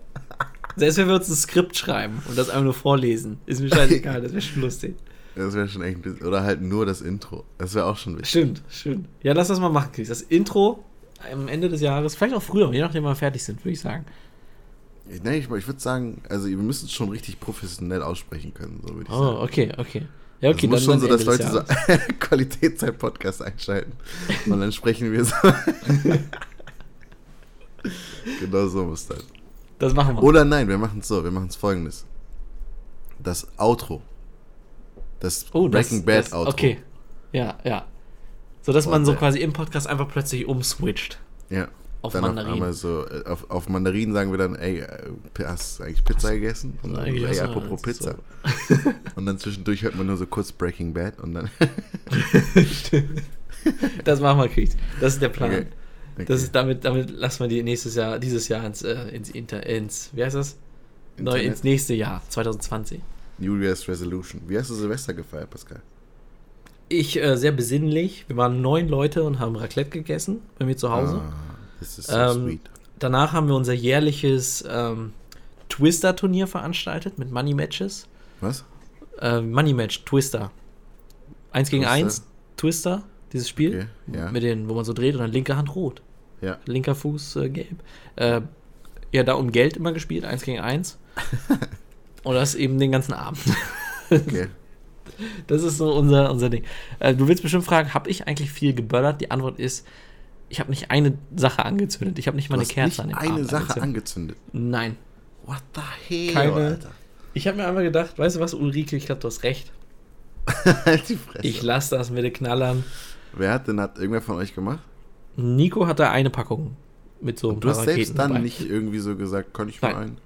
Speaker 1: Selbst wenn wir uns ein Skript schreiben und das einfach nur vorlesen, ist mir scheißegal, das wäre schon lustig.
Speaker 2: Das wäre schon echt. Oder halt nur das Intro. Das wäre auch schon wichtig.
Speaker 1: Stimmt, stimmt. Ja, lass das mal machen, Chris. Das Intro am Ende des Jahres, vielleicht auch früher, je nachdem, wann wir fertig sind, würde ich sagen.
Speaker 2: Ich, nee, ich, ich würde sagen, also wir müssen es schon richtig professionell aussprechen können, so würde ich sagen.
Speaker 1: Oh, okay, okay. Ja, okay,
Speaker 2: es muss schon so, dass
Speaker 1: Ende des
Speaker 2: Leute so
Speaker 1: Jahres.
Speaker 2: Qualitätszeit-Podcast einschalten. Und dann sprechen wir so. genau so muss das.
Speaker 1: Das machen wir.
Speaker 2: Oder nein, wir machen es so, wir machen es folgendes. Das Outro. Das Breaking Bad
Speaker 1: Oh, das-
Speaker 2: Outro.
Speaker 1: Okay. Ja, ja. So dass man
Speaker 2: Und,
Speaker 1: so
Speaker 2: äh,
Speaker 1: quasi im Podcast einfach plötzlich umswitcht.
Speaker 2: Ja.
Speaker 1: Auf
Speaker 2: dann
Speaker 1: Mandarin.
Speaker 2: Auf, einmal so, äh, auf, auf Mandarin sagen wir dann, ey, äh, hast du eigentlich Pizza gegessen? Und dann,
Speaker 1: eigentlich
Speaker 2: ey,
Speaker 1: hast du-
Speaker 2: apropos
Speaker 1: Ah, so.
Speaker 2: Pizza. und dann zwischendurch hört man nur so kurz Breaking Bad und dann.
Speaker 1: Das machen wir, Chris. Das ist der Plan.
Speaker 2: Okay. Okay.
Speaker 1: Das ist damit, damit lassen wir die nächstes Jahr, dieses Jahr ins, äh, ins Inter, ins, wie heißt das? Neu
Speaker 2: Internet.
Speaker 1: ins nächste Jahr, 2020.
Speaker 2: New Year's Resolution. Wie hast du Silvester gefeiert, Pascal?
Speaker 1: Ich, äh, sehr besinnlich, wir waren neun Leute und haben Raclette gegessen bei mir zu Hause.
Speaker 2: Ah, das ist so
Speaker 1: Ähm,
Speaker 2: sweet.
Speaker 1: Danach haben wir unser jährliches ähm, Twister-Turnier veranstaltet mit Money Matches.
Speaker 2: Was?
Speaker 1: äh, Money Match, Twister. Eins gegen
Speaker 2: Twister?
Speaker 1: eins, Twister, dieses Spiel.
Speaker 2: Okay, ja.
Speaker 1: Mit den, wo man so dreht und dann linke Hand rot,
Speaker 2: Ja.
Speaker 1: linker Fuß äh, gelb. Äh, ja, da um Geld immer gespielt, eins gegen eins. und das eben den ganzen Abend.
Speaker 2: Okay.
Speaker 1: Das ist so unser, unser Ding. Äh, du willst bestimmt fragen, habe ich eigentlich viel geböllert? Die Antwort ist, ich habe nicht eine Sache angezündet. Ich habe nicht mal
Speaker 2: Du
Speaker 1: eine
Speaker 2: hast
Speaker 1: Kerze
Speaker 2: nicht
Speaker 1: an dem
Speaker 2: eine
Speaker 1: Abend
Speaker 2: Sache
Speaker 1: angezündet.
Speaker 2: angezündet.
Speaker 1: Nein.
Speaker 2: What the hell,
Speaker 1: Keine-
Speaker 2: Alter?
Speaker 1: Ich habe mir einmal gedacht, weißt du was, Ulrike, ich glaube, du hast recht.
Speaker 2: halt die Fresse.
Speaker 1: Ich lasse das mit den Knallern.
Speaker 2: Wer hat denn, hat irgendwer von euch gemacht?
Speaker 1: Nico hat da eine Packung mit so ein
Speaker 2: Du
Speaker 1: paar
Speaker 2: hast selbst
Speaker 1: Raketen
Speaker 2: dann
Speaker 1: dabei.
Speaker 2: nicht irgendwie so gesagt, kann ich mal
Speaker 1: Nein.
Speaker 2: ein?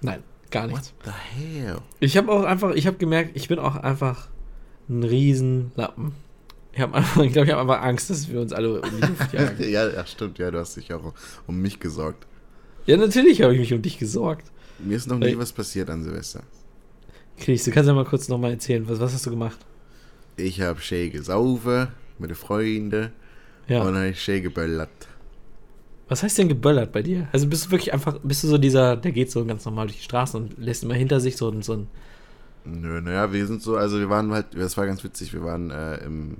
Speaker 1: Nein, gar
Speaker 2: What
Speaker 1: nichts.
Speaker 2: the hell?
Speaker 1: Ich habe auch einfach, ich habe gemerkt, ich bin auch einfach ein Riesenlappen. Ich habe einfach, ich glaube, ich habe einfach Angst, dass wir uns alle um die Luft
Speaker 2: Ja,
Speaker 1: jagen.
Speaker 2: ja, stimmt, ja, du hast dich auch um mich gesorgt.
Speaker 1: ja, natürlich habe ich mich um dich gesorgt.
Speaker 2: Mir ist noch nie
Speaker 1: Ey.
Speaker 2: was passiert an Silvester.
Speaker 1: Chris, du kannst ja mal kurz nochmal erzählen, was, was hast du gemacht?
Speaker 2: ich habe schön gesaufen mit den Freunden
Speaker 1: Ja.
Speaker 2: und habe schön geböllert.
Speaker 1: Was heißt denn geböllert bei dir? Also bist du wirklich einfach, bist du so dieser, der geht so ganz normal durch die Straßen und lässt immer hinter sich so, ein- so ein.
Speaker 2: Nö, naja, wir sind so, also wir waren halt, das war ganz witzig, wir waren äh, im,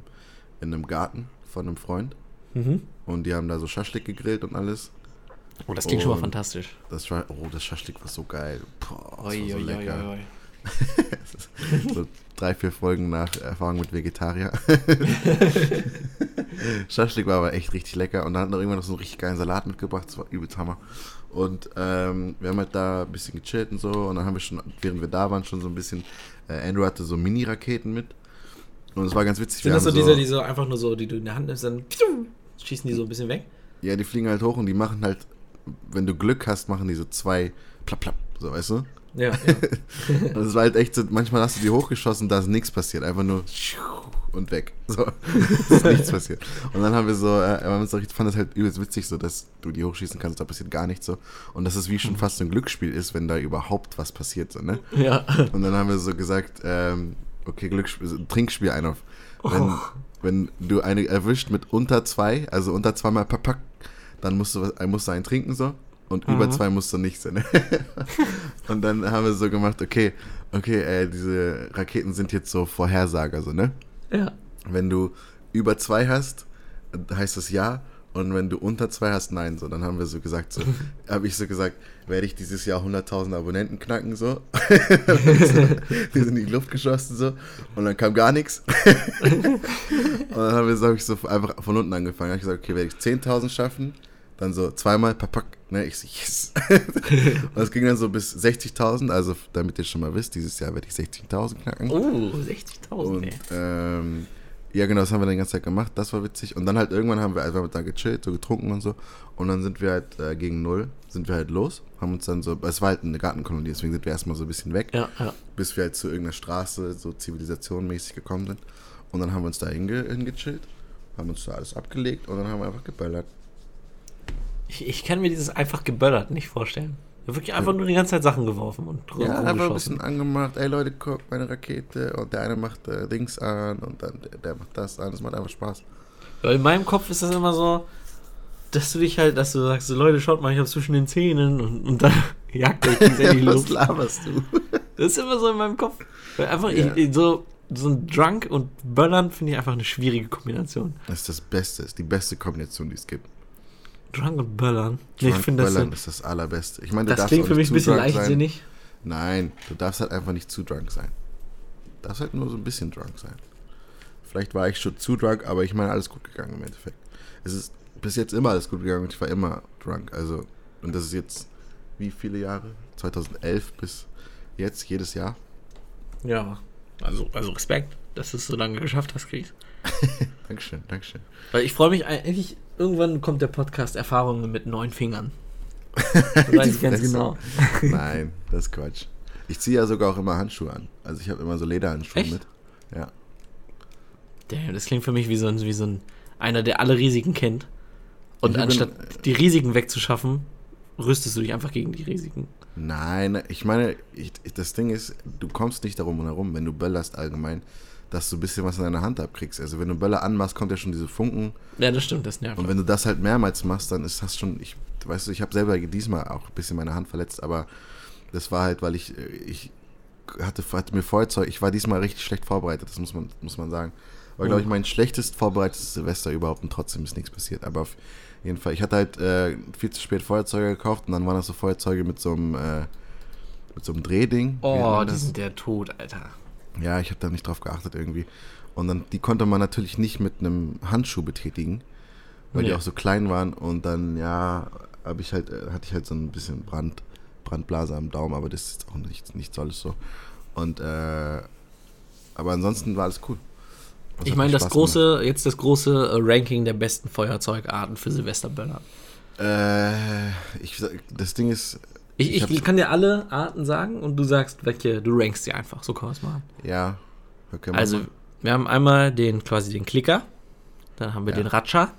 Speaker 2: in einem Garten von einem Freund
Speaker 1: Mhm.
Speaker 2: und die haben da so Schaschlik gegrillt und alles.
Speaker 1: Oh, das klingt schon mal
Speaker 2: Und-
Speaker 1: fantastisch.
Speaker 2: Das war, oh, das Schaschlik war so geil. Boah, das war
Speaker 1: Oi,
Speaker 2: so
Speaker 1: oi, oi,
Speaker 2: lecker.
Speaker 1: oi, oi.
Speaker 2: so drei, vier Folgen nach Erfahrung mit Vegetarier. Schaschlik war aber echt richtig lecker und da hat noch irgendwann noch so einen richtig geilen Salat mitgebracht, das war übelst Hammer. Und ähm, wir haben halt da ein bisschen gechillt und so und dann haben wir schon, während wir da waren, schon so ein bisschen, äh, Andrew hatte so Mini-Raketen mit und es war ganz witzig.
Speaker 1: Sind
Speaker 2: wir
Speaker 1: das so
Speaker 2: haben
Speaker 1: diese, die so einfach nur so, die du in der Hand nimmst, dann schießen die so ein bisschen weg?
Speaker 2: Ja, die fliegen halt hoch und die machen halt, wenn du Glück hast, machen die so zwei plapp, plapp, so weißt du?
Speaker 1: Ja, ja.
Speaker 2: Und es war halt echt so, manchmal hast du die hochgeschossen, da ist nichts passiert. Einfach nur und weg. So, es ist nichts passiert. Und dann haben wir so, äh, wir haben uns auch, ich fand das halt übelst witzig, so, dass du die hochschießen kannst, da passiert gar nichts so. Und dass es wie schon fast so ein Glücksspiel ist, wenn da überhaupt was passiert, so, ne?
Speaker 1: ja.
Speaker 2: Und dann haben wir so gesagt, ähm, okay, Glücksspiel, so, Trinkspiel ein auf. Wenn, wenn du eine erwischt mit unter zwei, also unter zweimal pack, pack, dann musst du, was, äh, musst du einen trinken so. Und über zwei musst du nicht sein. und dann haben wir so gemacht, okay, okay, äh, diese Raketen sind jetzt so Vorhersager, so, ne?
Speaker 1: ja.
Speaker 2: Wenn du über zwei hast, heißt es ja. Und wenn du unter zwei hast, nein. So, dann haben wir so gesagt, so, habe ich so gesagt, werde ich dieses Jahr 100.000 Abonnenten knacken, so. die sind in die Luft geschossen, so. Und dann kam gar nichts. und dann haben wir, so, hab ich so einfach von unten angefangen. Hab ich gesagt, okay, werde ich 10.000 schaffen. Dann so zweimal, papak, ne, ich so, yes. und es ging dann so bis 60.000, also damit ihr schon mal wisst, dieses Jahr werde ich 60.000 knacken.
Speaker 1: Oh, 60.000,
Speaker 2: Und
Speaker 1: ey.
Speaker 2: ähm, ja, genau, das haben wir dann die ganze Zeit gemacht. Das war witzig. Und dann halt irgendwann haben wir, also wir haben da gechillt, so getrunken und so. Und dann sind wir halt äh, gegen null, sind wir halt los. Haben uns dann so, es war halt eine Gartenkolonie, deswegen sind wir erstmal so ein bisschen weg,
Speaker 1: Ja, ja.
Speaker 2: bis wir halt zu irgendeiner Straße, so zivilisationmäßig gekommen sind. Und dann haben wir uns da hinge, hingechillt, haben uns da alles abgelegt und dann haben wir einfach geböllert.
Speaker 1: Ich, ich kann mir dieses einfach geböllert nicht vorstellen. Wirklich einfach nur die ganze Zeit Sachen geworfen und
Speaker 2: Ja, einfach ein bisschen
Speaker 1: rumgeschossen.
Speaker 2: angemacht, ey Leute, guckt meine Rakete und der eine macht äh, Dings an und dann der, der macht das an, das macht einfach Spaß.
Speaker 1: Weil in meinem Kopf ist das immer so, dass du dich halt, dass du sagst, so, Leute, schaut mal, ich habe zwischen den Zähnen und, und dann jagt euch das in die
Speaker 2: Was
Speaker 1: Luft.
Speaker 2: laberst du?
Speaker 1: Das ist immer so in meinem Kopf. Weil einfach
Speaker 2: Ja.
Speaker 1: ich, ich, so, so ein Drunk und Böllern finde ich einfach eine schwierige Kombination.
Speaker 2: Das ist das Beste, ist die beste Kombination, die es gibt.
Speaker 1: Drunk und Böllern. Nee, ich
Speaker 2: Drunk
Speaker 1: finde das,
Speaker 2: Böllern
Speaker 1: so-
Speaker 2: ist das allerbeste. Ich meine, du
Speaker 1: das
Speaker 2: darfst
Speaker 1: klingt
Speaker 2: auch
Speaker 1: für mich
Speaker 2: nicht
Speaker 1: ein
Speaker 2: zu
Speaker 1: bisschen
Speaker 2: drunk
Speaker 1: leichtsinnig.
Speaker 2: Sein. Nein, du darfst halt einfach nicht zu drunk sein. Du darfst halt nur so ein bisschen drunk sein. Vielleicht war ich schon zu drunk, aber ich meine, alles gut gegangen im Endeffekt. Es ist bis jetzt immer alles gut gegangen und ich war immer drunk. Also, und das ist jetzt wie viele Jahre? 2011 bis jetzt, jedes Jahr.
Speaker 1: Ja. Also, also Respekt, dass du es so lange geschafft hast, kriegst.
Speaker 2: Dankeschön, Dankeschön.
Speaker 1: Weil ich freue mich eigentlich, irgendwann kommt der Podcast Erfahrungen mit neun Fingern. Das weiß ich ganz
Speaker 2: Fresse.
Speaker 1: genau.
Speaker 2: Nein, das ist Quatsch. Ich ziehe ja sogar auch immer Handschuhe an. Also ich habe immer so Lederhandschuhe
Speaker 1: Echt?
Speaker 2: mit. Ja.
Speaker 1: Damn, das klingt für mich wie so ein, wie so ein einer, der alle Risiken kennt. Und
Speaker 2: Ich bin-
Speaker 1: anstatt die Risiken wegzuschaffen, rüstest du dich einfach gegen die Risiken.
Speaker 2: Nein, ich meine, ich, ich, das Ding ist, du kommst nicht darum herum, wenn du böllerst allgemein, dass du ein bisschen was in deiner Hand abkriegst. Also wenn du Böller anmachst, kommt ja schon diese Funken.
Speaker 1: Ja, das stimmt, das nervt.
Speaker 2: Und wenn du das halt mehrmals machst, dann ist das schon, ich, weißt du, ich habe selber diesmal auch ein bisschen meine Hand verletzt, aber das war halt, weil ich, äh, ich hatte, hatte mir Feuerzeug, ich war diesmal richtig schlecht vorbereitet, das muss man, muss man sagen. War, glaube ich, mein schlechtest vorbereitetes Silvester überhaupt und trotzdem ist nichts passiert. Aber auf jeden Fall, ich hatte halt äh, viel zu spät Feuerzeuge gekauft und dann waren das so Feuerzeuge mit so einem, äh, mit so einem Drehding. Wie nennt
Speaker 1: Oh,
Speaker 2: man
Speaker 1: die
Speaker 2: das?
Speaker 1: sind der Tod, Alter.
Speaker 2: Ja, ich habe da nicht drauf geachtet irgendwie. Und dann, die konnte man natürlich nicht mit einem Handschuh betätigen, weil die
Speaker 1: Nee.
Speaker 2: auch so klein waren. Und dann, ja, hab ich halt, äh, hatte ich halt so ein bisschen Brand, Brandblase am Daumen, aber das ist auch nichts, nichts alles so. Und, äh, aber ansonsten war alles cool. Das
Speaker 1: Ich
Speaker 2: hat
Speaker 1: meine,
Speaker 2: mir
Speaker 1: das
Speaker 2: Spaß
Speaker 1: große, jetzt das große äh, Ranking der besten Feuerzeugarten für Silvesterböller.
Speaker 2: Gemacht. Äh, ich, sag- das Ding ist,
Speaker 1: Ich,
Speaker 2: Ich
Speaker 1: ich,
Speaker 2: hab's-
Speaker 1: kann dir alle Arten sagen und du sagst, welche, du rankst die einfach, so kann man es machen.
Speaker 2: ja, okay, mach
Speaker 1: Also,
Speaker 2: mal.
Speaker 1: wir haben einmal den quasi den Klicker, dann haben wir
Speaker 2: Ja.
Speaker 1: den Ratscher,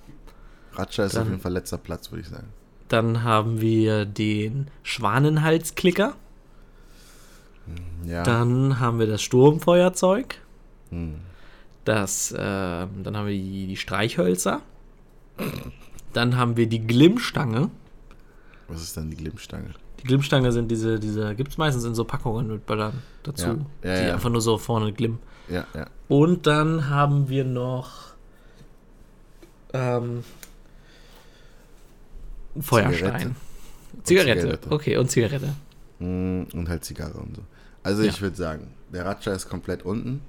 Speaker 2: Ratscher ist
Speaker 1: dann-
Speaker 2: auf jeden Fall letzter Platz, würde ich sagen.
Speaker 1: dann haben wir den Schwanenhalsklicker,
Speaker 2: Ja, Ah. Hm.
Speaker 1: dann haben wir das Sturmfeuerzeug, Das, äh, dann haben wir die, die Streichhölzer. Dann haben wir die Glimmstange.
Speaker 2: Was ist denn die Glimmstange?
Speaker 1: Die Glimmstange sind diese, diese gibt es meistens in so Packungen mit Böllern dazu.
Speaker 2: Ja, ja,
Speaker 1: die
Speaker 2: ja.
Speaker 1: einfach nur so vorne glimmen.
Speaker 2: Ja, ja.
Speaker 1: Und dann haben wir noch ähm, einen Feuerstein. Zigarette.
Speaker 2: Zigarette.
Speaker 1: Okay, und Zigarette.
Speaker 2: Mm, Und halt Zigarre und so. Also
Speaker 1: Ja.
Speaker 2: ich würde sagen, der Ratscher ist komplett unten.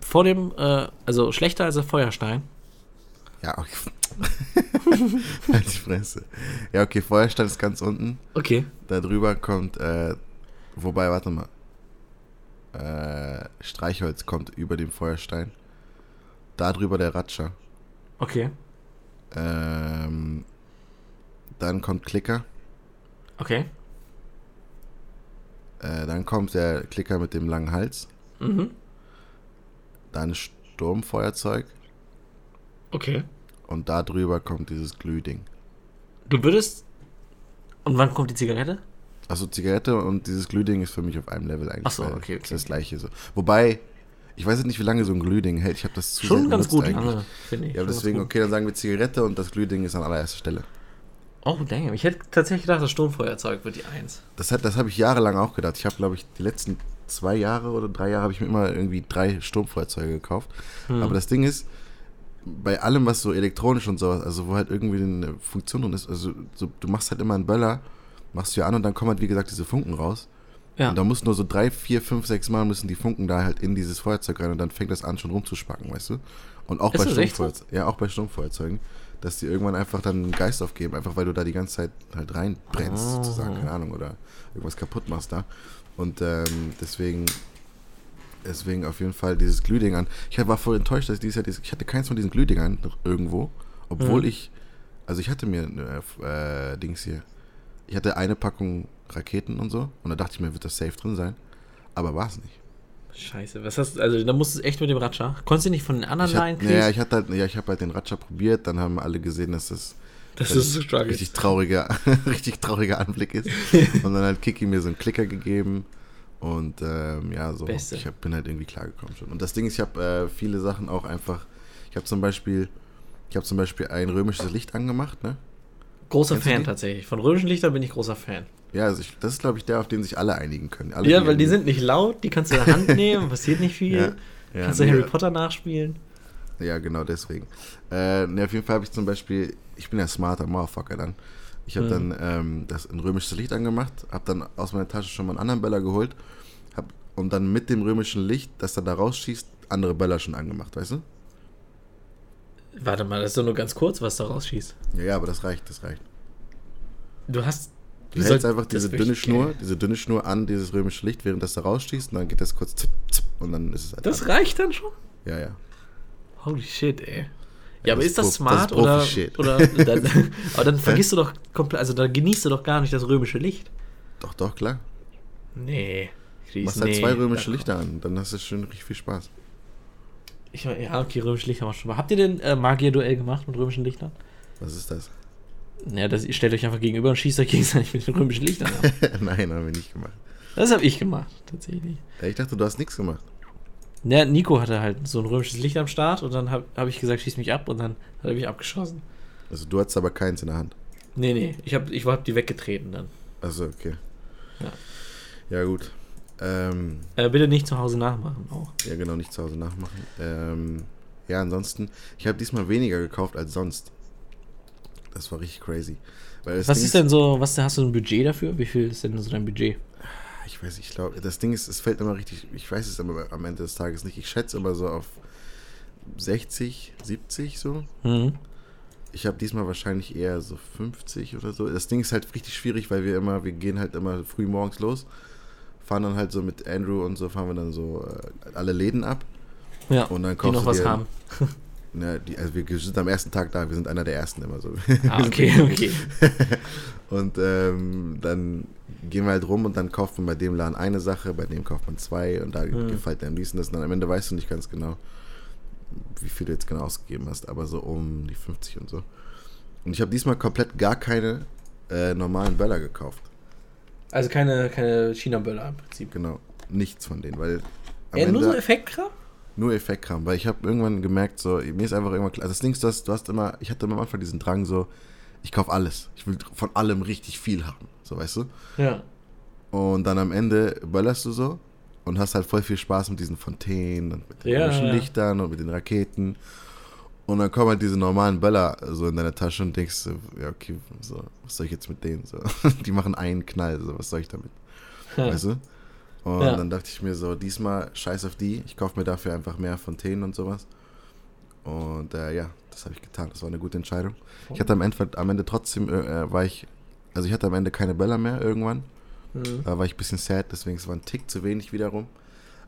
Speaker 1: Vor dem, äh, also schlechter als der Feuerstein.
Speaker 2: Ja, okay. halt die Fresse. Ja, okay, Feuerstein ist ganz unten.
Speaker 1: Okay.
Speaker 2: Da drüber kommt, äh, wobei, warte mal. Äh, Streichholz kommt über dem Feuerstein. Da drüber der Ratscher.
Speaker 1: Okay.
Speaker 2: Ähm, dann kommt Klicker.
Speaker 1: Okay.
Speaker 2: Äh, dann kommt der Klicker mit dem langen Hals.
Speaker 1: Mhm.
Speaker 2: Dann Sturmfeuerzeug.
Speaker 1: Okay.
Speaker 2: Und da drüber kommt dieses Glühding.
Speaker 1: Du würdest. Und wann kommt die Zigarette?
Speaker 2: Achso, Zigarette und dieses Glühding ist für mich auf einem Level eigentlich.
Speaker 1: Ach so,
Speaker 2: weil
Speaker 1: okay, okay,
Speaker 2: Das ist das gleiche so. Wobei, ich weiß jetzt nicht, wie lange so ein Glühding hält. Ich habe das zu
Speaker 1: Schon
Speaker 2: selten
Speaker 1: ganz gut
Speaker 2: benutzt
Speaker 1: lange, finde ich.
Speaker 2: Ja,
Speaker 1: Schon ganz
Speaker 2: deswegen,
Speaker 1: gut.
Speaker 2: okay, dann sagen wir Zigarette und das Glühding ist an allererster Stelle.
Speaker 1: Oh, damn. Ich hätte tatsächlich gedacht, das Sturmfeuerzeug wird die Eins.
Speaker 2: Das, hat- das habe ich jahrelang auch gedacht. Ich habe, glaube ich, die letzten zwei Jahre oder drei Jahre habe ich mir immer irgendwie drei Sturmfeuerzeuge gekauft. Aber das Ding ist, bei allem, was so elektronisch und sowas, also wo halt irgendwie eine Funktion drin ist, also so, du machst halt immer einen Böller, machst du ja an und dann kommen halt, wie gesagt, diese Funken raus.
Speaker 1: Ja.
Speaker 2: Und da muss nur so drei, vier, fünf, sechs Mal müssen die Funken da halt in dieses Feuerzeug rein und dann fängt das an schon rumzuspacken, weißt du? Und auch
Speaker 1: Ist
Speaker 2: bei
Speaker 1: das echt so?
Speaker 2: Sturmfeuerzeugen. Ja, auch bei Sturmfeuerzeugen, dass die irgendwann einfach dann einen Geist aufgeben, einfach weil du da die ganze Zeit halt reinbrennst,
Speaker 1: Ah.
Speaker 2: sozusagen, keine Ahnung, oder irgendwas kaputt machst da. Und ähm, deswegen. Deswegen auf jeden Fall dieses Glühding an. Ich war voll enttäuscht, dass ich dieses Jahr dieses, ich hatte keins von diesen Glühdingern noch irgendwo, obwohl
Speaker 1: Mhm.
Speaker 2: ich, also ich hatte mir äh, äh, Dings hier, ich hatte eine Packung Raketen und so und da dachte ich mir, wird das safe drin sein. Aber war es nicht.
Speaker 1: Scheiße. Was hast du. Also, da musst du echt mit dem Ratscher. Konntest du nicht von den anderen
Speaker 2: Ich
Speaker 1: Reihen
Speaker 2: hatte,
Speaker 1: kriegen?
Speaker 2: naja, ich hatte halt, ja, ich habe halt den Ratscher probiert, dann haben alle gesehen, dass das
Speaker 1: das
Speaker 2: dass
Speaker 1: ist so struggle.
Speaker 2: richtig trauriger, richtig trauriger Anblick ist. und dann hat Kiki mir so einen Klicker gegeben und ähm, ja, so.
Speaker 1: Beste.
Speaker 2: Ich hab, bin halt irgendwie klargekommen schon. Und das Ding ist, ich habe äh, viele Sachen auch einfach. Ich habe zum Beispiel, ich habe zum Beispiel ein römisches Licht angemacht, ne?
Speaker 1: Großer
Speaker 2: Kennst du
Speaker 1: Fan
Speaker 2: die?
Speaker 1: tatsächlich. Von römischen Lichtern bin ich großer Fan.
Speaker 2: Ja, also ich, das ist glaube ich der, auf den sich alle einigen können. Alle,
Speaker 1: Ja, weil die
Speaker 2: irgendwie-
Speaker 1: sind nicht laut, die kannst du in der Hand nehmen, passiert nicht viel.
Speaker 2: Ja, ja,
Speaker 1: kannst du Harry
Speaker 2: nee,
Speaker 1: Potter nachspielen.
Speaker 2: Ja, genau deswegen. Äh, ne, auf jeden Fall habe ich zum Beispiel, ich bin ja smarter Motherfucker dann. Ich habe dann ähm, das in römisches Licht angemacht, habe dann aus meiner Tasche schon mal einen anderen Böller geholt hab, und dann mit dem römischen Licht, das dann da rausschießt, andere Böller schon angemacht, weißt du?
Speaker 1: Warte mal, das ist doch nur ganz kurz, was da rausschießt.
Speaker 2: Ja, ja, aber das reicht, das reicht.
Speaker 1: Du hast.
Speaker 2: Du
Speaker 1: soll-
Speaker 2: hältst einfach
Speaker 1: das
Speaker 2: diese
Speaker 1: ist
Speaker 2: dünne
Speaker 1: wirklich
Speaker 2: Schnur,
Speaker 1: geil.
Speaker 2: diese dünne Schnur an dieses römische Licht, während das da rausschießt und dann geht das kurz zipp, zipp, und dann ist es halt
Speaker 1: Das
Speaker 2: an.
Speaker 1: reicht dann schon?
Speaker 2: Ja, ja.
Speaker 1: Holy shit, ey. Ja, aber
Speaker 2: das
Speaker 1: ist das
Speaker 2: ist Prof-
Speaker 1: smart
Speaker 2: das ist
Speaker 1: oder,
Speaker 2: Profi-Shit.
Speaker 1: oder dann, aber dann vergisst du doch komplett, also dann genießt du doch gar nicht das römische Licht.
Speaker 2: Doch, doch, klar.
Speaker 1: Nee. Chris,
Speaker 2: Machst halt
Speaker 1: nee,
Speaker 2: zwei römische
Speaker 1: da-
Speaker 2: Lichter an, dann hast du schon richtig viel Spaß.
Speaker 1: Ich, ja, okay, römische Lichter machst du schon mal. Habt ihr denn äh, Magier-Duell gemacht mit römischen Lichtern?
Speaker 2: Was ist das?
Speaker 1: Ja, das, ihr stellt euch einfach gegenüber und schießt euch gegenseitig mit den römischen Lichtern ab.
Speaker 2: Nein, haben wir nicht gemacht.
Speaker 1: Das habe ich gemacht, tatsächlich.
Speaker 2: Ja, Ich dachte, du hast nichts gemacht.
Speaker 1: Ja, Nico hatte halt so ein römisches Licht am Start und dann habe hab ich gesagt, schieß mich ab und dann hat er mich abgeschossen.
Speaker 2: Also du hattest aber keins in der Hand.
Speaker 1: Nee, nee, ich habe ich hab die weggetreten dann.
Speaker 2: Also okay.
Speaker 1: Ja.
Speaker 2: Ja gut. Ähm,
Speaker 1: Äh, bitte nicht zu Hause nachmachen auch.
Speaker 2: ja genau, nicht zu Hause nachmachen. Ähm, ja, ansonsten, ich habe diesmal weniger gekauft als sonst. Das war richtig crazy. Weil das
Speaker 1: Was
Speaker 2: Ding
Speaker 1: ist denn so, was hast du ein Budget dafür? Wie viel ist denn so dein Budget?
Speaker 2: Ah, Ich weiß, nicht, ich glaube, das Ding ist, es fällt immer richtig, ich weiß es aber am Ende des Tages nicht. Ich schätze immer so auf 60, 70 so.
Speaker 1: Hm.
Speaker 2: Ich habe diesmal wahrscheinlich eher so 50 oder so. Das Ding ist halt richtig schwierig, weil wir immer, wir gehen halt immer früh morgens los, fahren dann halt so mit Andrew und so, fahren wir dann so äh, alle Läden ab.
Speaker 1: Ja,
Speaker 2: Und dann
Speaker 1: die
Speaker 2: kaufst
Speaker 1: noch
Speaker 2: du
Speaker 1: was
Speaker 2: dir-
Speaker 1: haben.
Speaker 2: Na, die, also wir sind am ersten Tag da, wir sind einer der ersten immer so.
Speaker 1: Ah, okay, okay.
Speaker 2: Und ähm, dann gehen wir halt rum und dann kauft man bei dem Laden eine Sache, bei dem kauft man zwei und da
Speaker 1: Mhm.
Speaker 2: gefällt einem dies und das. Und dann am Ende weißt du nicht ganz genau, wie viel du jetzt genau ausgegeben hast, aber so um die 50 und so. Und ich habe diesmal komplett gar keine äh, normalen Böller gekauft.
Speaker 1: Also keine, keine China-Böller im Prinzip.
Speaker 2: Genau, nichts von denen, weil am
Speaker 1: Äh, nur so
Speaker 2: Ende,
Speaker 1: Effektkram?
Speaker 2: nur Effektkram, weil ich habe irgendwann gemerkt, so, mir ist einfach irgendwann klar, also das Ding ist, dass du hast immer, ich hatte immer am Anfang diesen Drang so, ich kaufe alles. Ich will von allem richtig viel haben, so weißt du?
Speaker 1: Ja.
Speaker 2: Und dann am Ende ballerst du so und hast halt voll viel Spaß mit diesen Fontänen und mit den
Speaker 1: Ja,
Speaker 2: komischen
Speaker 1: ja.
Speaker 2: Lichtern und mit den Raketen. Und dann kommen halt diese normalen Böller so in deine Tasche und denkst, so, ja, okay, so, was soll ich jetzt mit denen? So, die machen einen Knall, so, was soll ich damit? Weißt du? Und
Speaker 1: Ja.
Speaker 2: dann dachte ich mir so, diesmal scheiß auf die, ich kaufe mir dafür einfach mehr Fontänen und sowas. Und äh, ja, das habe ich getan. Das war eine gute Entscheidung. Ich hatte am Ende, am Ende trotzdem, äh, äh, war ich, also ich hatte am Ende keine Böller mehr irgendwann.
Speaker 1: Mhm.
Speaker 2: Da war ich ein bisschen sad, deswegen es war ein Tick zu wenig wiederum.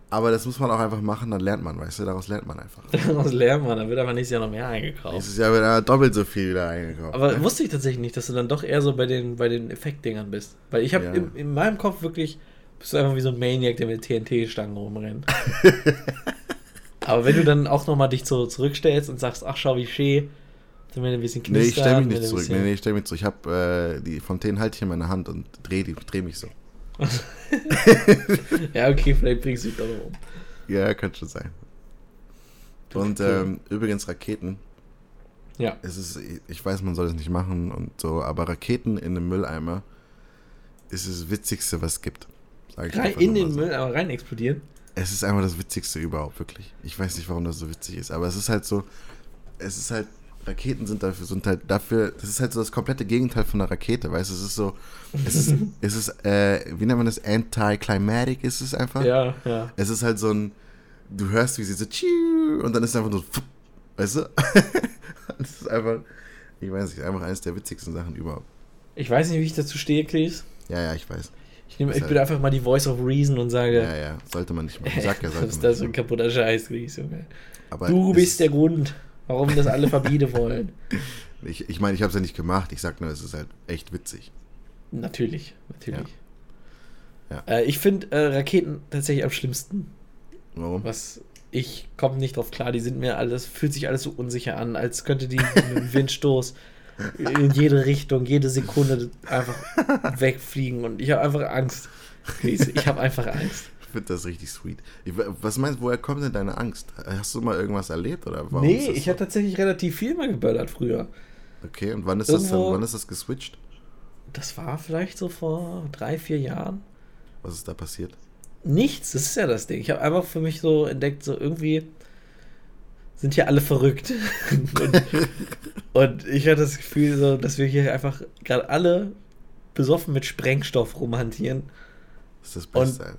Speaker 2: Aber das muss man auch einfach machen, dann lernt man, weißt du, daraus lernt man einfach.
Speaker 1: Daraus lernt man, da wird aber nächstes Jahr noch mehr eingekauft.
Speaker 2: Dieses Jahr wird äh, doppelt so viel wieder eingekauft.
Speaker 1: Genau. Aber wusste ich tatsächlich nicht, dass du dann doch eher so bei den, bei den Effektdingern bist. Weil ich habe
Speaker 2: Ja.
Speaker 1: in, in meinem Kopf wirklich, bist du einfach wie so ein Maniac, der mit TNT-Stangen rumrennt. Aber wenn du dann auch nochmal dich so zurückstellst und sagst, ach schau, wie schön, dann wenn ein bisschen
Speaker 2: nee,
Speaker 1: knistern.
Speaker 2: ich stelle mich
Speaker 1: wenn
Speaker 2: nicht
Speaker 1: ein
Speaker 2: zurück. Nee, nee, ich stelle mich zurück. Ich habe äh, die Fontänen halte ich in meiner Hand und drehe dreh mich so.
Speaker 1: bisschen- Ja, okay, vielleicht bringst du dich doch noch um.
Speaker 2: Ja, könnte schon sein. Und
Speaker 1: Okay.
Speaker 2: ähm, übrigens Raketen.
Speaker 1: Ja.
Speaker 2: Es ist, ich weiß, man soll es nicht machen und so, aber Raketen in einem Mülleimer ist das Witzigste, was es gibt. Sag ich
Speaker 1: Rein
Speaker 2: einfach
Speaker 1: in
Speaker 2: nur mal
Speaker 1: den
Speaker 2: so.
Speaker 1: Müll, aber rein explodieren.
Speaker 2: Es ist einfach das Witzigste überhaupt, wirklich. Ich weiß nicht, warum das so witzig ist, aber es ist halt so, es ist halt, Raketen sind dafür, sind halt dafür, das ist halt so das komplette Gegenteil von einer Rakete, weißt du, es ist so, es ist, es ist, äh, wie nennt man das, anti-climatic ist es einfach?
Speaker 1: Ja, ja.
Speaker 2: Es ist halt so ein, du hörst, wie sie so tschiu, und dann ist einfach nur so, fupp, weißt du? das ist einfach, ich weiß nicht, einfach eines der witzigsten Sachen überhaupt.
Speaker 1: Ich weiß nicht, wie ich dazu stehe, Chris.
Speaker 2: Ja, ja, ich weiß.
Speaker 1: Ich, nehm,
Speaker 2: Ist
Speaker 1: ich
Speaker 2: halt-
Speaker 1: bin einfach mal die Voice of Reason und sage,
Speaker 2: Ja, ja, sollte man nicht machen. Ich sag ja,
Speaker 1: was
Speaker 2: sollte
Speaker 1: ist
Speaker 2: man
Speaker 1: das
Speaker 2: nicht
Speaker 1: für ein
Speaker 2: machen.
Speaker 1: kaputter Scheiß, Chris, Junge.
Speaker 2: Aber
Speaker 1: Du
Speaker 2: es
Speaker 1: bist
Speaker 2: ist,
Speaker 1: der Grund, warum das alle verbieten wollen.
Speaker 2: Ich, ich meine, ich hab's ja nicht gemacht, ich sag nur, es ist halt echt witzig.
Speaker 1: Natürlich, natürlich.
Speaker 2: Ja.
Speaker 1: Äh, ich finde äh, Raketen tatsächlich am schlimmsten.
Speaker 2: Warum?
Speaker 1: Was ich komme nicht drauf klar, die sind mir alles, fühlt sich alles so unsicher an, als könnte die mit einem Windstoß in jede Richtung, jede Sekunde einfach wegfliegen und ich habe einfach Angst. Chris, Ich habe einfach Angst.
Speaker 2: Ich finde das richtig sweet. Ich, was meinst du, woher kommt denn deine Angst? Hast du mal irgendwas erlebt oder warum? ist
Speaker 1: nee,
Speaker 2: das
Speaker 1: ich
Speaker 2: so?
Speaker 1: habe tatsächlich relativ viel mal geböllert früher.
Speaker 2: Okay, und wann ist das dann,
Speaker 1: irgendwo-
Speaker 2: wann ist das geswitcht?
Speaker 1: Das war vielleicht so vor drei, vier Jahren.
Speaker 2: Was ist da passiert?
Speaker 1: Nichts, das ist ja das Ding. Ich habe einfach für mich so entdeckt, so irgendwie sind hier alle verrückt. und, und ich hatte das Gefühl, so, dass wir hier einfach gerade alle besoffen mit Sprengstoff rumhantieren.
Speaker 2: Das ist das
Speaker 1: Und-
Speaker 2: Beste. Alter.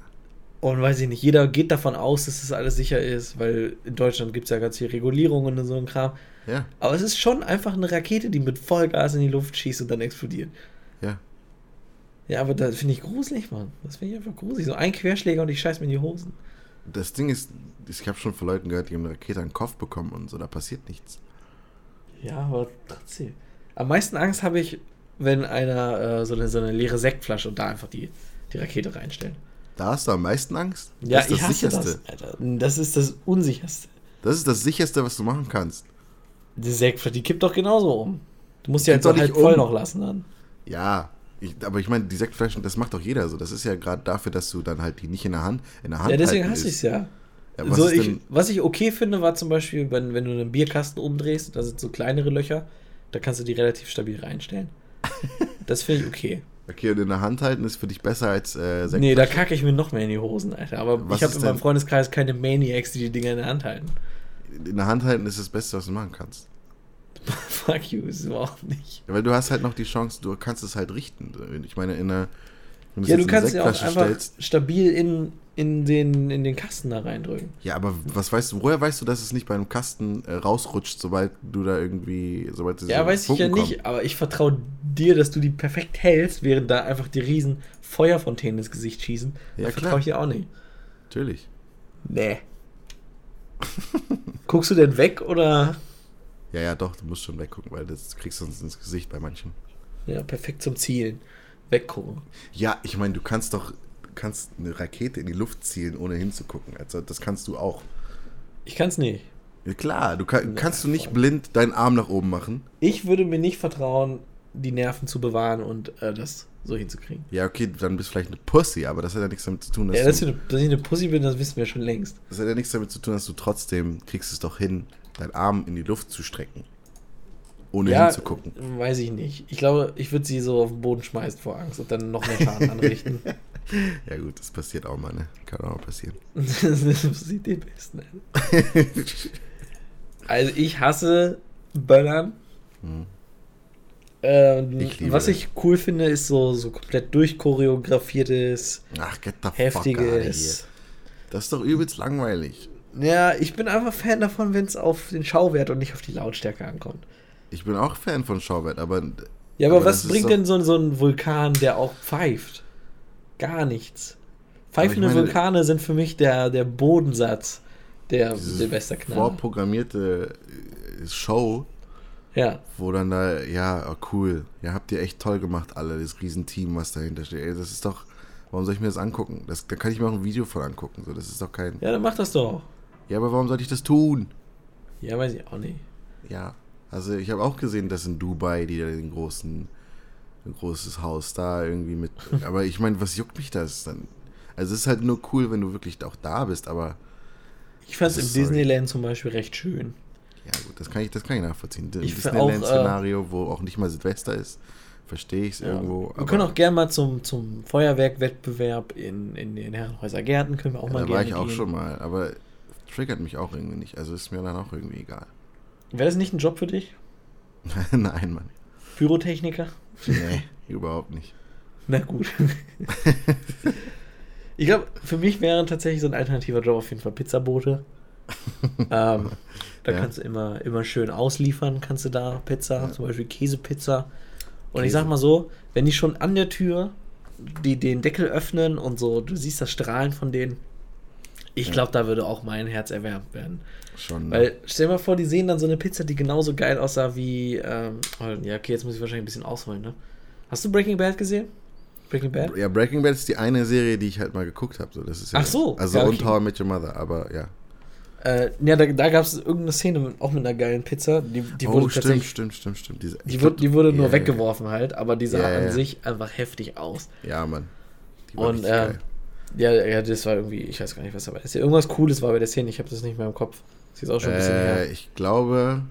Speaker 1: Und weiß ich nicht, jeder geht davon aus, dass das alles sicher ist, weil in Deutschland gibt es ja ganz viel Regulierungen und so ein Kram.
Speaker 2: Ja,
Speaker 1: Aber es ist schon einfach eine Rakete, die mit Vollgas in die Luft schießt und dann explodiert.
Speaker 2: ja.
Speaker 1: Ja, aber das finde ich gruselig, Mann. Das finde ich einfach gruselig. So ein Querschläger und ich scheiß mir in die Hosen.
Speaker 2: Das Ding ist, ich habe schon von Leuten gehört, die haben eine Rakete an den Kopf bekommen und so, da passiert nichts.
Speaker 1: Ja, aber trotzdem. Am meisten Angst habe ich, wenn einer äh, so, eine, so eine leere Sektflasche und da einfach die, die Rakete reinstellt.
Speaker 2: Da hast du am meisten Angst?
Speaker 1: Ja,
Speaker 2: das ist
Speaker 1: ich
Speaker 2: das
Speaker 1: hasse
Speaker 2: sicherste.
Speaker 1: das, Alter. Das ist das Unsicherste.
Speaker 2: Das ist das sicherste, was du machen kannst.
Speaker 1: Die Sektflasche, die kippt doch genauso um. Du musst die halt
Speaker 2: Kippt doch
Speaker 1: so halb
Speaker 2: nicht
Speaker 1: voll
Speaker 2: um.
Speaker 1: noch lassen dann.
Speaker 2: Ja, ich, aber ich meine, die Sektflaschen, das macht doch jeder so. Das ist ja gerade dafür, dass du dann halt die nicht in der Hand, in der Hand
Speaker 1: Ja, deswegen
Speaker 2: halten
Speaker 1: hasse ich
Speaker 2: ist.
Speaker 1: es ja.
Speaker 2: ja. Was
Speaker 1: Was, so,
Speaker 2: ist
Speaker 1: ich,
Speaker 2: denn,
Speaker 1: was ich okay finde, war zum Beispiel, wenn, wenn du einen Bierkasten umdrehst, da sind so kleinere Löcher, da kannst du die relativ stabil reinstellen. Das finde ich okay.
Speaker 2: okay, und in der Hand halten ist für dich besser als äh, Sektflaschen.
Speaker 1: Nee, da kacke ich mir noch mehr in die Hosen, Alter. Aber
Speaker 2: Was
Speaker 1: ich habe
Speaker 2: ist
Speaker 1: in meinem
Speaker 2: denn-
Speaker 1: Freundeskreis keine Maniacs, die die Dinger in der Hand halten.
Speaker 2: in der Hand halten ist das Beste, was du machen kannst.
Speaker 1: Fuck you, ist überhaupt nicht.
Speaker 2: Ja, weil du hast halt noch die Chance, du kannst es halt richten. Ich meine, in einer. Wenn es
Speaker 1: Ja, du
Speaker 2: jetzt in eine
Speaker 1: kannst ja auch
Speaker 2: Sektflasche
Speaker 1: einfach stabil in, in, den, in den Kasten da reindrücken.
Speaker 2: Ja, aber was weißt du, woher weißt du, dass es nicht bei einem Kasten äh, rausrutscht, sobald du da irgendwie, sobald diese
Speaker 1: Ja, weiß ich ja
Speaker 2: Funken
Speaker 1: nicht, aber ich vertraue dir, dass du die perfekt hältst, während da einfach die riesen Feuerfontänen ins Gesicht schießen.
Speaker 2: Ja,
Speaker 1: da
Speaker 2: klar.
Speaker 1: vertraue ich dir auch nicht.
Speaker 2: kommen? Natürlich.
Speaker 1: Nee. Guckst du denn weg oder?
Speaker 2: Ja, ja, doch, du musst schon weggucken, weil das kriegst du sonst ins Gesicht bei manchen.
Speaker 1: Ja, perfekt zum Zielen. Weggucken.
Speaker 2: Ja, ich meine, du kannst doch, du kannst eine Rakete in die Luft zielen, ohne hinzugucken. Also das kannst du auch.
Speaker 1: Ich kann's nicht.
Speaker 2: Ja, klar, du kann,
Speaker 1: Nee,
Speaker 2: kannst du nicht
Speaker 1: voll.
Speaker 2: blind deinen Arm nach oben machen.
Speaker 1: Ich würde mir nicht vertrauen, die Nerven zu bewahren und äh, das so hinzukriegen.
Speaker 2: Ja, okay, dann bist du vielleicht eine Pussy, aber das hat ja nichts damit zu tun, dass,
Speaker 1: Ja, dass,
Speaker 2: du,
Speaker 1: wir, dass ich eine Pussy bin, das wissen wir schon längst.
Speaker 2: das hat ja nichts damit zu tun, dass du trotzdem kriegst es doch hin, deinen Arm in die Luft zu strecken. Ohne
Speaker 1: ja,
Speaker 2: hinzugucken.
Speaker 1: weiß ich nicht. Ich glaube, ich würde sie so auf den Boden schmeißen vor Angst und dann noch mehr Schaden anrichten.
Speaker 2: Ja gut, das passiert auch mal, ne? Kann auch mal passieren.
Speaker 1: das sieht den besten an. Also ich hasse Böllern.
Speaker 2: Hm.
Speaker 1: Ähm,
Speaker 2: Ich liebe
Speaker 1: was
Speaker 2: das.
Speaker 1: ich cool finde, ist so, so komplett durchchoreografiertes,
Speaker 2: Ach, get the fuck out of here.
Speaker 1: heftiges.
Speaker 2: Das ist doch übelst langweilig.
Speaker 1: Ja, ich bin einfach Fan davon, wenn es auf den Schauwert und nicht auf die Lautstärke ankommt.
Speaker 2: Ich bin auch Fan von Schauwert, aber
Speaker 1: Ja, aber,
Speaker 2: Aber das
Speaker 1: was
Speaker 2: ist
Speaker 1: bringt
Speaker 2: doch-
Speaker 1: denn so, so ein Vulkan, der auch pfeift? Gar nichts. Pfeifende
Speaker 2: meine-
Speaker 1: Vulkane sind für mich der, der Bodensatz der
Speaker 2: dieses
Speaker 1: Silvesterknaller.
Speaker 2: vorprogrammierte äh, Show,
Speaker 1: Ja.
Speaker 2: wo dann da, ja, oh, cool, ja, habt ihr echt toll gemacht, alle, das Riesenteam, was dahinter steht. Ey, das ist doch, warum soll ich mir das angucken? Das, da kann ich mir auch ein Video von angucken, so, das ist doch kein.
Speaker 1: ja, dann mach das doch.
Speaker 2: Ja, aber warum sollte ich das tun?
Speaker 1: Ja, weiß ich auch nicht.
Speaker 2: Ja, also ich habe auch gesehen, dass in Dubai die da den großen, ein großes Haus da irgendwie mit. Aber ich meine, was juckt mich das dann? Also es ist halt nur cool, wenn du wirklich auch da bist, aber
Speaker 1: Ich fand es im
Speaker 2: Sorry.
Speaker 1: Disneyland zum Beispiel recht schön.
Speaker 2: ja gut, das kann ich, das kann ich nachvollziehen. Ein
Speaker 1: Ich äh, ver-
Speaker 2: Disneyland-Szenario, wo auch nicht mal Silvester ist, verstehe ich es irgendwo.
Speaker 1: Wir können auch gerne mal zum, zum Feuerwerkwettbewerb in, in den Herrenhäuser Gärten können wir auch
Speaker 2: ja,
Speaker 1: mal
Speaker 2: Da
Speaker 1: gerne
Speaker 2: war ich auch
Speaker 1: gehen.
Speaker 2: schon mal, aber triggert mich auch irgendwie nicht. Also ist mir dann auch irgendwie egal.
Speaker 1: Wäre das nicht ein Job für dich?
Speaker 2: Nein, Mann.
Speaker 1: Pyrotechniker?
Speaker 2: Nee, überhaupt nicht.
Speaker 1: Na gut. ich glaube, für mich wäre tatsächlich so ein alternativer Job auf jeden Fall Pizzabote. ähm, da
Speaker 2: Ja.
Speaker 1: kannst du immer, immer schön ausliefern, kannst du da Pizza,
Speaker 2: Ja.
Speaker 1: zum Beispiel Käsepizza. Und ich
Speaker 2: Käse.
Speaker 1: sag mal so, wenn die schon an der Tür die, den Deckel öffnen und so, du siehst das Strahlen von denen, ich
Speaker 2: Ja.
Speaker 1: glaube, da würde auch mein Herz erwärmt werden.
Speaker 2: Schon.
Speaker 1: Weil, stell dir mal vor, die sehen dann so eine Pizza, die genauso geil aussah wie. Ähm, oh, ja, okay, jetzt muss ich wahrscheinlich ein bisschen ausholen, ne? Hast du Breaking Bad gesehen? Breaking Bad?
Speaker 2: Ja, Breaking Bad ist die eine Serie, die ich halt mal geguckt habe. So, das ist ja,
Speaker 1: Ach so,
Speaker 2: Also
Speaker 1: ja,
Speaker 2: und
Speaker 1: okay.
Speaker 2: How I Met Your Mother, aber ja.
Speaker 1: Äh, ja, da, da gab es irgendeine Szene mit, auch mit einer geilen Pizza. Die, die wurde
Speaker 2: oh, stimmt,
Speaker 1: tatsächlich.
Speaker 2: stimmt, stimmt, stimmt. Diese, ich
Speaker 1: Die
Speaker 2: glaub,
Speaker 1: wurde, die wurde nur
Speaker 2: ja,
Speaker 1: weggeworfen halt, aber die sah
Speaker 2: Ja, ja,
Speaker 1: an
Speaker 2: ja.
Speaker 1: sich einfach heftig aus.
Speaker 2: Ja, ja Mann. Die
Speaker 1: Und,
Speaker 2: richtig
Speaker 1: äh,
Speaker 2: geil.
Speaker 1: Ja, ja, das war irgendwie, ich weiß gar nicht, was dabei ist. Irgendwas Cooles war bei der Szene, ich habe das nicht mehr im Kopf. Das ist auch schon ein bisschen
Speaker 2: äh,
Speaker 1: her.
Speaker 2: ich glaube.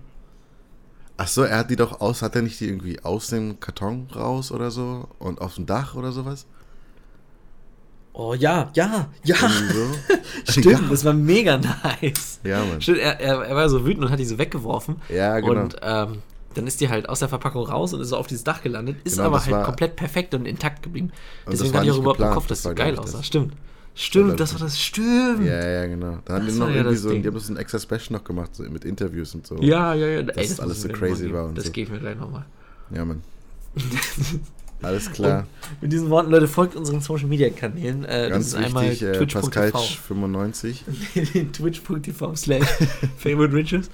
Speaker 2: Ach so, er hat die doch aus, hat er nicht die irgendwie aus dem Karton raus oder so und auf dem Dach oder sowas?
Speaker 1: Oh ja, ja, ja,
Speaker 2: Irgendwie so?
Speaker 1: stimmt, das war mega nice.
Speaker 2: Ja, Mann.
Speaker 1: Stimmt, er, er, er war so wütend und hat die so weggeworfen.
Speaker 2: Ja, genau.
Speaker 1: Und ähm, dann ist die halt aus der Verpackung raus und ist auf dieses Dach gelandet, ist
Speaker 2: Genau,
Speaker 1: aber
Speaker 2: das
Speaker 1: halt
Speaker 2: war-
Speaker 1: komplett perfekt und intakt geblieben.
Speaker 2: Und das
Speaker 1: Deswegen
Speaker 2: war
Speaker 1: hatte ich auch
Speaker 2: nicht
Speaker 1: überhaupt im
Speaker 2: geplant,
Speaker 1: Kopf, dass
Speaker 2: das
Speaker 1: die
Speaker 2: war,
Speaker 1: geil
Speaker 2: glaub ich,
Speaker 1: aussah.
Speaker 2: das.
Speaker 1: Stimmt.
Speaker 2: glaub
Speaker 1: Stimmt,
Speaker 2: ich,
Speaker 1: das war
Speaker 2: das-
Speaker 1: das. Stimmt.
Speaker 2: ja, ja, genau. Da haben
Speaker 1: Das
Speaker 2: die noch
Speaker 1: war ja
Speaker 2: irgendwie
Speaker 1: das
Speaker 2: so, die
Speaker 1: Ding.
Speaker 2: haben das ein extra Special noch gemacht, so mit Interviews und so.
Speaker 1: Ja, ja, ja. Ey,
Speaker 2: das alles
Speaker 1: müssen
Speaker 2: so
Speaker 1: wir
Speaker 2: crazy
Speaker 1: geben.
Speaker 2: war und
Speaker 1: Das
Speaker 2: so.
Speaker 1: gebe ich mir gleich nochmal.
Speaker 2: Ja, Mann. Alles klar.
Speaker 1: Mit diesen Worten, Leute, folgt unseren Social Media Kanälen. Äh, das
Speaker 2: Ganz
Speaker 1: ist einmal
Speaker 2: wichtig, äh,
Speaker 1: twitch.tv.
Speaker 2: Pascal95.
Speaker 1: twitch.tv slash favorite
Speaker 2: Ja.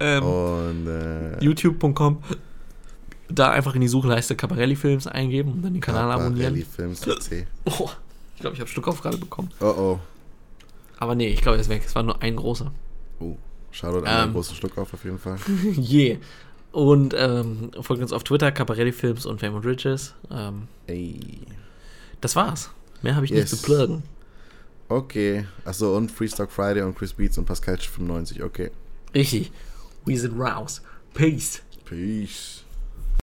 Speaker 1: Ähm,
Speaker 2: und äh,
Speaker 1: youtube.com. Da einfach in die Suchleiste Caparelli Films eingeben und dann den Kanal
Speaker 2: Papa
Speaker 1: abonnieren.
Speaker 2: Ellie Films C.
Speaker 1: Oh, ich glaube, ich habe Stückauf gerade bekommen.
Speaker 2: Oh oh.
Speaker 1: Aber nee, ich glaube, er ist weg. Es war nur ein großer.
Speaker 2: Oh. Shoutout an
Speaker 1: Ähm.
Speaker 2: den großen Schluck auf auf jeden Fall.
Speaker 1: Je. Und ähm, folgt uns auf Twitter, Caparelli Films und Fame and Riches. Ähm,
Speaker 2: Ey.
Speaker 1: das war's. Mehr habe ich
Speaker 2: Yes.
Speaker 1: nicht zu pluggen.
Speaker 2: Okay. Achso, und Freestock Friday und Chris Beats und Pascal 95. Okay.
Speaker 1: Richtig. We sind raus. Peace.
Speaker 2: Peace.